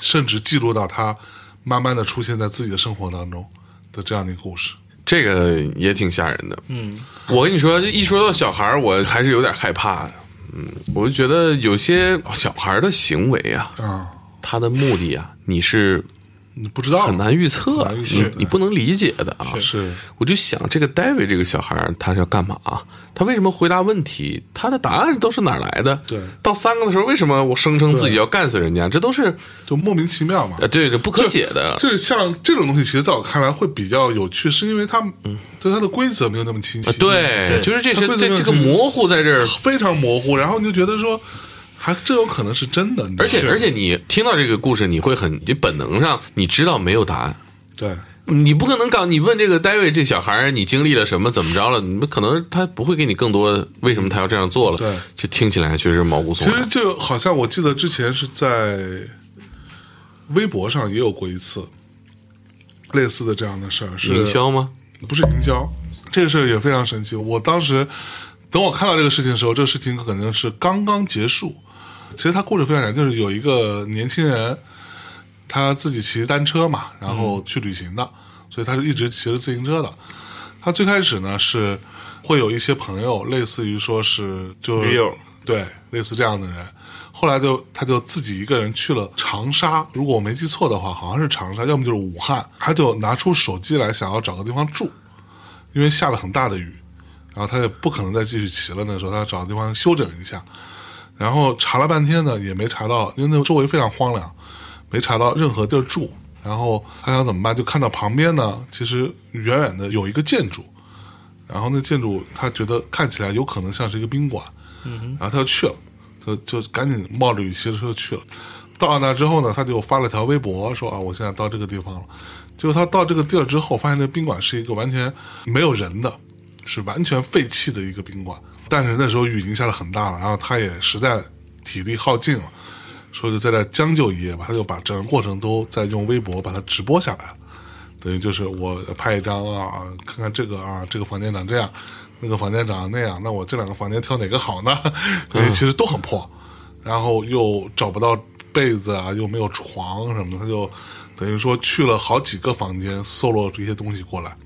S1: 甚至记录到它慢慢的出现在自己的生活当中的这样的一个故事。
S3: 这个也挺吓人的。嗯，我跟你说，一说到小孩儿，我还是有点害怕的。嗯，我就觉得有些小孩儿的行为啊，
S1: 啊，
S3: 他的目的啊，你是
S1: 你不知道
S3: 很难预测，
S1: 啊很难预测
S3: 你
S1: 对
S3: 你不能理解的啊。
S1: 是
S3: 我就想这个 David 这个小孩儿他是要干嘛、他为什么回答问题？他的答案都是哪儿来的？
S1: 对
S3: 到三个的时候，为什么我声称自己要干死人家？这都是
S1: 就莫名其妙嘛。
S3: 呃，对，这不可解的。
S1: 这像这种东西，其实在我看来会比较有趣，是因为它对它的规则没有那么清晰。
S3: 嗯呃对，
S2: 对
S3: 就是这
S1: 它
S3: 些
S1: 规则没
S3: 这
S1: 有
S3: 这个
S1: 清晰
S3: 模糊在这儿。
S1: 非常模糊，然后你就觉得说，还这有可能是真的，你知道
S3: 而
S1: 吗
S3: 且而且，你听到这个故事，你会很，你本能上你知道没有答案，
S1: 对
S3: 你不可能告你问这个 David 这小孩儿你经历了什么怎么着了，你不可能他不会给你更多为什么他要这样做了，
S1: 对，
S3: 这听起来确实毛骨悚
S1: 其实
S3: 然。
S1: 就好像我记得之前是在微博上也有过一次类似的这样的事儿，是
S3: 营销吗？
S1: 不是营销，这个事儿也非常神奇。我当时等我看到这个事情的时候，这个事情可能是刚刚结束。其实他故事非常简单，就是有一个年轻人，他自己骑单车嘛，然后去旅行的，所以他是一直骑着自行车的。他最开始呢是会有一些朋友，类似于说是就是
S2: 驴友，
S1: 对，类似这样的人。后来就他就自己一个人去了长沙，如果我没记错的话，好像是长沙，要么就是武汉。他就拿出手机来，想要找个地方住，因为下了很大的雨，然后他也不可能再继续骑了。那时候他找个地方休整一下，然后查了半天呢，也没查到，因为那周围非常荒凉，没查到任何地儿住。然后他想怎么办，就看到旁边呢，其实远远的有一个建筑，然后那建筑他觉得看起来有可能像是一个宾馆，然后他就去了，就就赶紧冒着雨骑着车就去了。到那之后呢，他就发了条微博说啊，我现在到这个地方了。结果他到这个地儿之后，发现这宾馆是一个完全没有人的，是完全废弃的一个宾馆。但是那时候雨已经下得很大了，然后他也实在体力耗尽了，说就在这儿将就一夜吧。他就把整个过程都在用微博把它直播下来了。等于就是我拍一张啊，看看这个啊，这个房间长这样，那个房间长那样，那我这两个房间挑哪个好呢？ 等于其实都很破，然后又找不到被子啊，又没有床什么的，他就等于说去了好几个房间搜罗这些东西过来，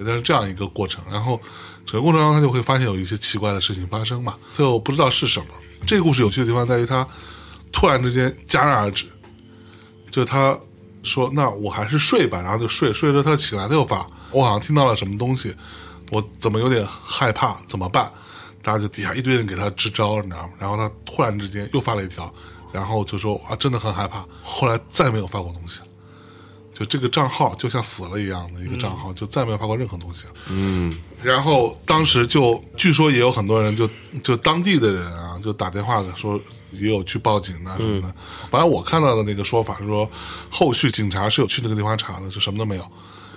S1: 但是这样一个过程，然后整个过程当中他就会发现有一些奇怪的事情发生嘛，最后不知道是什么。这个故事有趣的地方在于它突然之间戛然而止，就他说：“那我还是睡吧。”然后就睡，睡着他起来，他又发：“我好像听到了什么东西，我怎么有点害怕？怎么办？”大家就底下一堆人给他支招，你知道吗？然后他突然之间又发了一条，然后就说：“啊，真的很害怕。”后来再没有发过东西了。就这个账号就像死了一样的一个账号，就再没有发过任何东西了。然后当时就据说也有很多人就就当地的人啊，就打电话的说也有去报警啊什么的。反正我看到的那个说法是说，后续警察是有去那个地方查的，就什么都没有，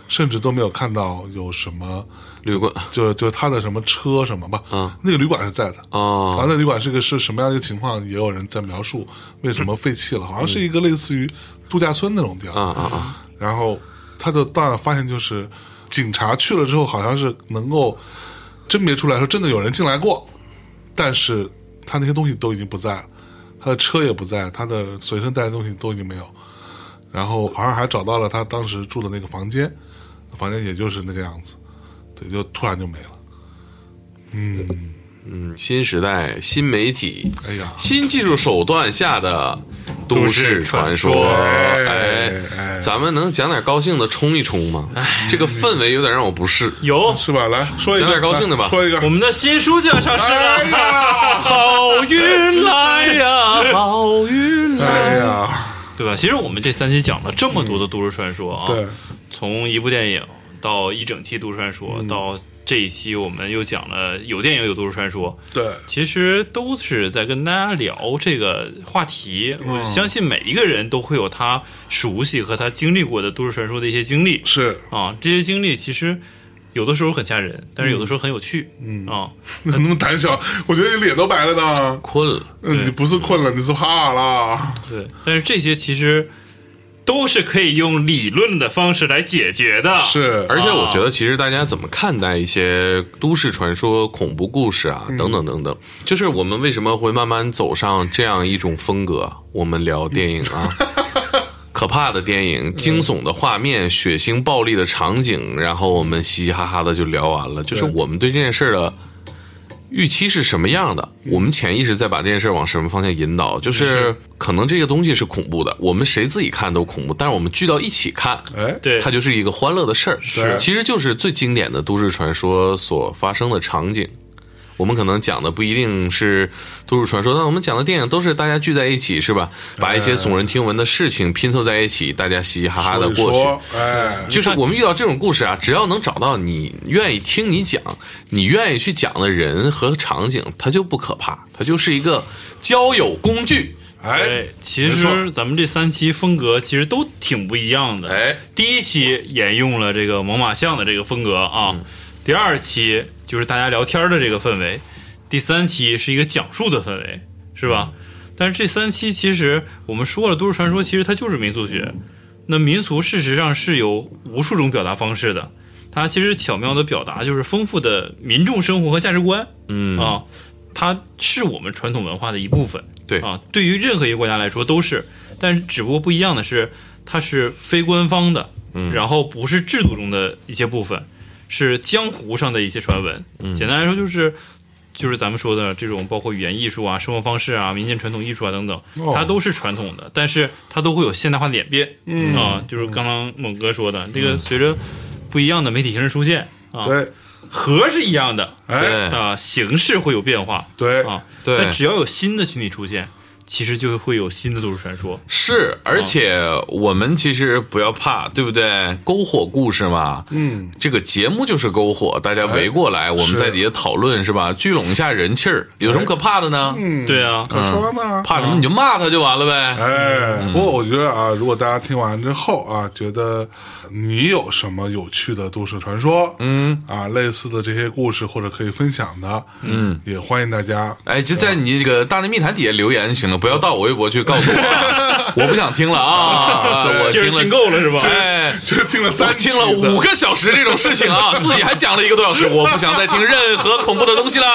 S1: 甚至都没有看到有什么，
S3: 旅馆
S1: 就就他的什么车什么吧。那个旅馆是在的。
S3: 哦，
S1: 啊，那旅馆是个是什么样的一个情况？也有人在描述为什么废弃了，好像是一个类似于度假村那种地儿。
S3: 啊啊啊！
S1: 然后他就到那发现，就是警察去了之后，好像是能够甄别出来说真的有人进来过，但是他那些东西都已经不在了，他的车也不在，他的随身带的东西都已经没有。然后好像还找到了他当时住的那个房间，房间也就是那个样子，对，就突然就没了。
S3: 嗯，新时代、新媒体、
S1: 哎呀，
S3: 新技术手段下的都市传说，
S2: 都市
S1: 传说
S3: 哎
S1: 哎，哎
S3: 咱们能讲点高兴的冲一冲吗？这个氛围有点让我不适。
S2: 有
S1: 是吧？来说一个
S3: 讲点高兴的吧
S1: 来说 一个
S2: 我。们的新书就要上市
S1: 哎
S2: 了，
S1: 呀，
S2: 好运来呀， 好运来，
S1: 哎呀，
S2: 对吧？其实我们这三期讲了这么多的都市传说啊，
S1: 对，
S2: 从一部电影到一整期都市传说，
S1: 嗯
S2: 到这一期我们又讲了有电影有都市传说，
S1: 对，
S2: 其实都是在跟大家聊这个话题。我相信每一个人都会有他熟悉和他经历过的都市传说的一些经历
S1: 是
S2: 啊，这些经历其实有的时候很吓人，但是有的时候很有趣。嗯啊，
S1: 你怎么那么胆小？我觉得你脸都白了呢。
S3: 困了，
S1: 嗯，你不是困了，你是怕了。
S2: 对，但是这些其实都是可以用理论的方式来解决的。
S1: 是，
S3: 而且我觉得，其实大家怎么看待一些都市传说、恐怖故事啊，等等等等，就是我 们为什么会慢慢走上这样一种风格？我们聊电影啊，可怕的电影、惊悚的画面、血腥暴力的场景，然后我们嘻嘻哈哈的就聊完了，就是我们对这件事儿的预期是什么样的，我们潜意识在把这件事儿往什么方向引导，就是可能这个东西是恐怖的，我们谁自己看都恐怖，但是我们聚到一起看，
S1: 哎，
S2: 对，
S3: 它就是一个欢乐的事儿，
S1: 是
S3: 其实就是最经典的都市传说所发生的场景。我们可能讲的不一定是都市传说，但我们讲的电影都是大家聚在一起，是吧？把一些耸人听闻的事情拼凑在一起，大家嘻嘻哈哈
S1: 所
S3: 的
S1: 以
S3: 过去。
S1: 说，哎，
S3: 就是我们遇到这种故事啊，只要能找到你愿意听你讲、你愿意去讲的人和场景，它就不可怕，它就是一个交友工具。
S1: 哎
S2: 对，，其
S1: 没错
S2: 实咱们这三期风格其实都挺不一样的。
S3: 哎，
S2: 第一期沿用了这个猛犸象的这个风格啊，
S1: 嗯
S2: 第二期就是大家聊天的这个氛围，第三期是一个讲述的氛围，是吧？
S1: 嗯
S2: 但是这三期其实我们说了，都市传说其实它就是民俗学。那民俗事实上是有无数种表达方式的，它其实巧妙的表达就是丰富的民众生活和价值观。
S3: 嗯
S2: 啊，它是我们传统文化的一部分。
S3: 对
S2: 啊，对于任何一个国家来说都是，但是只不过不一样的是，它是非官方的，嗯，然后不是制度中的一些部分，是江湖上的一些传闻。嗯，简单来说就是。就是咱们说的这种，包括语言艺术啊、生活方式啊、民间传统艺术啊等等，
S1: 哦
S2: 它都是传统的，但是它都会有现代化的演变。嗯啊，就是刚刚猛哥说的，这个随着不一样的媒体形式出现啊，
S1: 对，
S2: 核是一样的，
S1: 哎，
S3: 对
S2: 啊、形式会有变化
S1: 对，
S2: 啊，
S3: 对嗯
S2: 但只要有新的群体出现，其实就会有新的都市传说。
S3: 是，而且我们其实不要怕，对不对？篝火故事嘛，嗯，哎这个节目就是篝火，大家围过来，我们在底下讨论是吧？聚拢一下人气儿，有什么可怕的呢？嗯，啊
S2: 对啊，
S1: 可说呢，
S3: 怕什么你就骂他就完了呗。嗯
S1: 哎，不过我觉得啊，如果大家听完之后啊，觉得你有什么有趣的都市传说，嗯啊，类似的这些故事或者可以分享的，嗯，也欢迎大家。
S3: 哎，就在你这个大内密谈底下留言就行了，不要到我微博去告诉我 啊，我不想听了啊！啊我
S2: 今儿
S3: 听了
S2: 听够了是吧？
S3: 哎，
S1: 这听了
S3: 我
S1: 三期
S3: 听了五个小时这种事情 啊，自己还讲了一个多小时，我不想再听任何恐怖的东西了。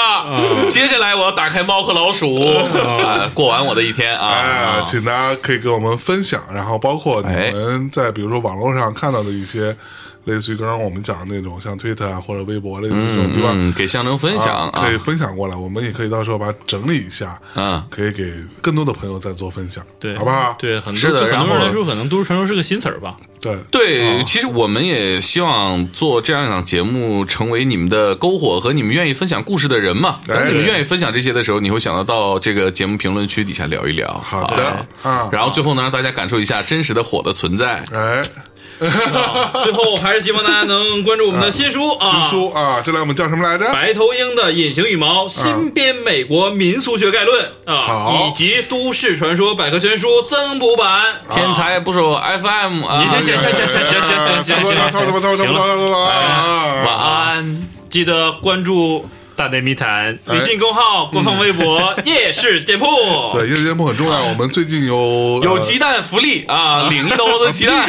S3: 接下来我要打开猫和老鼠，啊过完我的一天
S1: 哎，
S3: 啊。
S1: 请大家可以给我们分享，然后包括你们在比如说网络上看到的一些，类似于刚刚我们讲的那种，像 Twitter 啊或者微博类似这种，对吧？
S3: 嗯，给象征分享啊
S1: 可以，分享过来，我们也可以到时候把它整理一下，
S3: 嗯，
S1: 可以给更多的朋友再做分享，
S2: 对，
S1: 好不好？
S2: 对，很多
S3: 是的
S2: 对很
S3: 然
S2: 多
S3: 后
S2: 人来说，可能都市传说是个新词儿 吧。
S1: 对，
S3: 对，其实我们也希望做这样一档节目，成为你们的篝火和你们愿意分享故事的人嘛。哎当你们愿意分享这些的时候，你会想到到这个节目评论区底下聊一聊。
S1: 好的啊，
S3: 然后最后呢，让大家感受一下真实的火的存在。
S1: 哎，
S3: 啊
S2: 最后还是希望大家能关注我们的新书啊，
S1: 嗯新书啊，这栏我们叫什么来着？
S2: 白头鹰的《隐形羽毛：新编美国民俗学概论》啊，
S1: 好
S2: 以及《都市传说百科全书》增补版。
S3: 天才不说 FM 啊，
S2: 行行行行行行行行
S1: 差
S2: 行
S1: 不多了，差不多了，差不多了，差不多了，差不多了啊！
S3: 晚安。
S2: 记得关注大内密谈微信公号、官方微博、 夜市店铺。
S1: 嗯对，夜间部很重要。我们最近有
S3: 有
S1: 呃
S3: 鸡蛋福利啊，领一兜子鸡 蛋。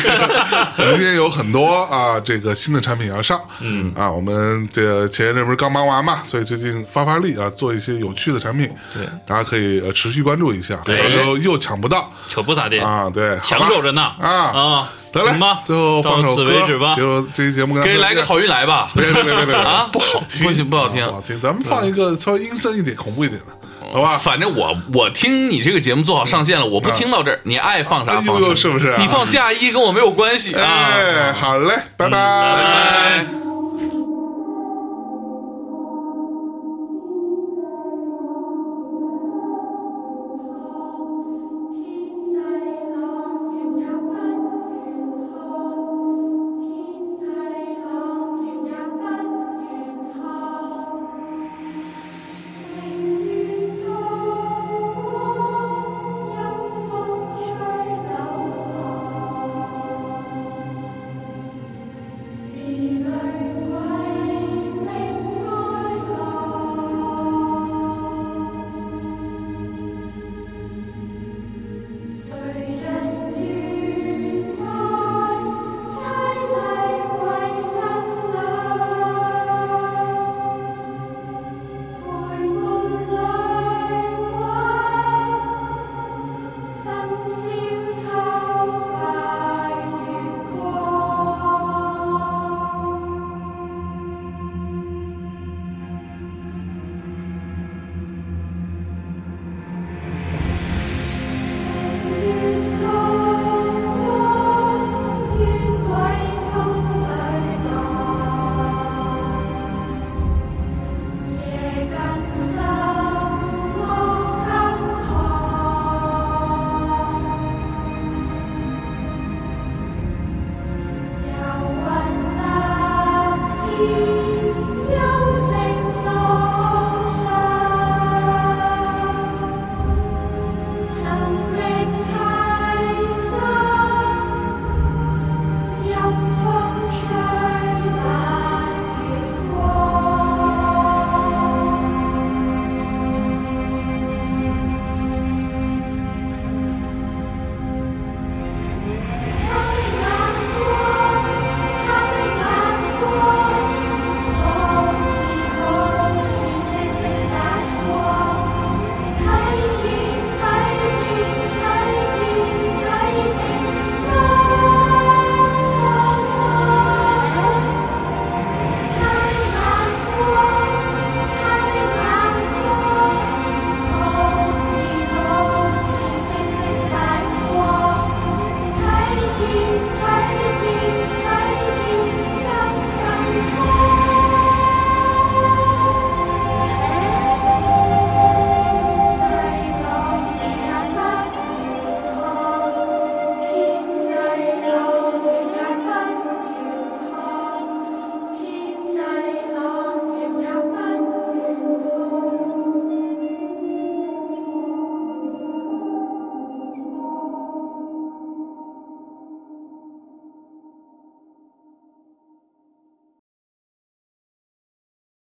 S1: 我们今天有很多啊，这个新的产品要上，嗯啊，我们这个前一阵不是刚忙完嘛，所以最近发发力啊，做一些有趣的产品，对，大家可以呃持续关注一下，到
S2: 对
S1: 时候又抢不到
S2: 可不咋地，
S1: 啊，对，
S2: 抢
S1: 好吧
S2: 手着呢
S1: 啊
S2: 啊！
S1: 得嘞
S2: 行吧，，
S1: 最后放
S2: 到
S1: 首
S2: 此
S1: 歌，
S2: 为止吧
S1: 结。束这期节目，
S3: 给来个，好运 来吧，
S1: 别别别别别
S3: 啊
S1: 不好听，
S3: 不行不好听
S1: 啊不好听，咱们放一个稍微阴森一点、恐怖一点的，好吧？
S3: 反正我我听你这个节目做好上线了，我不听到这儿，你爱放啥
S1: 啊哎呦
S3: 放
S1: 呦，
S3: 啥，
S1: 是不是啊？
S3: 你放嫁衣跟我没有关系啊。
S1: 哎，好嘞，拜拜
S3: 哎
S4: 天際朗月也不願看，天際朗月也不願看。明月透光，陰風吹柳巷，是淚鬼覓哀郎。誰人願愛凄厲為新娘？陪伴女鬼，心思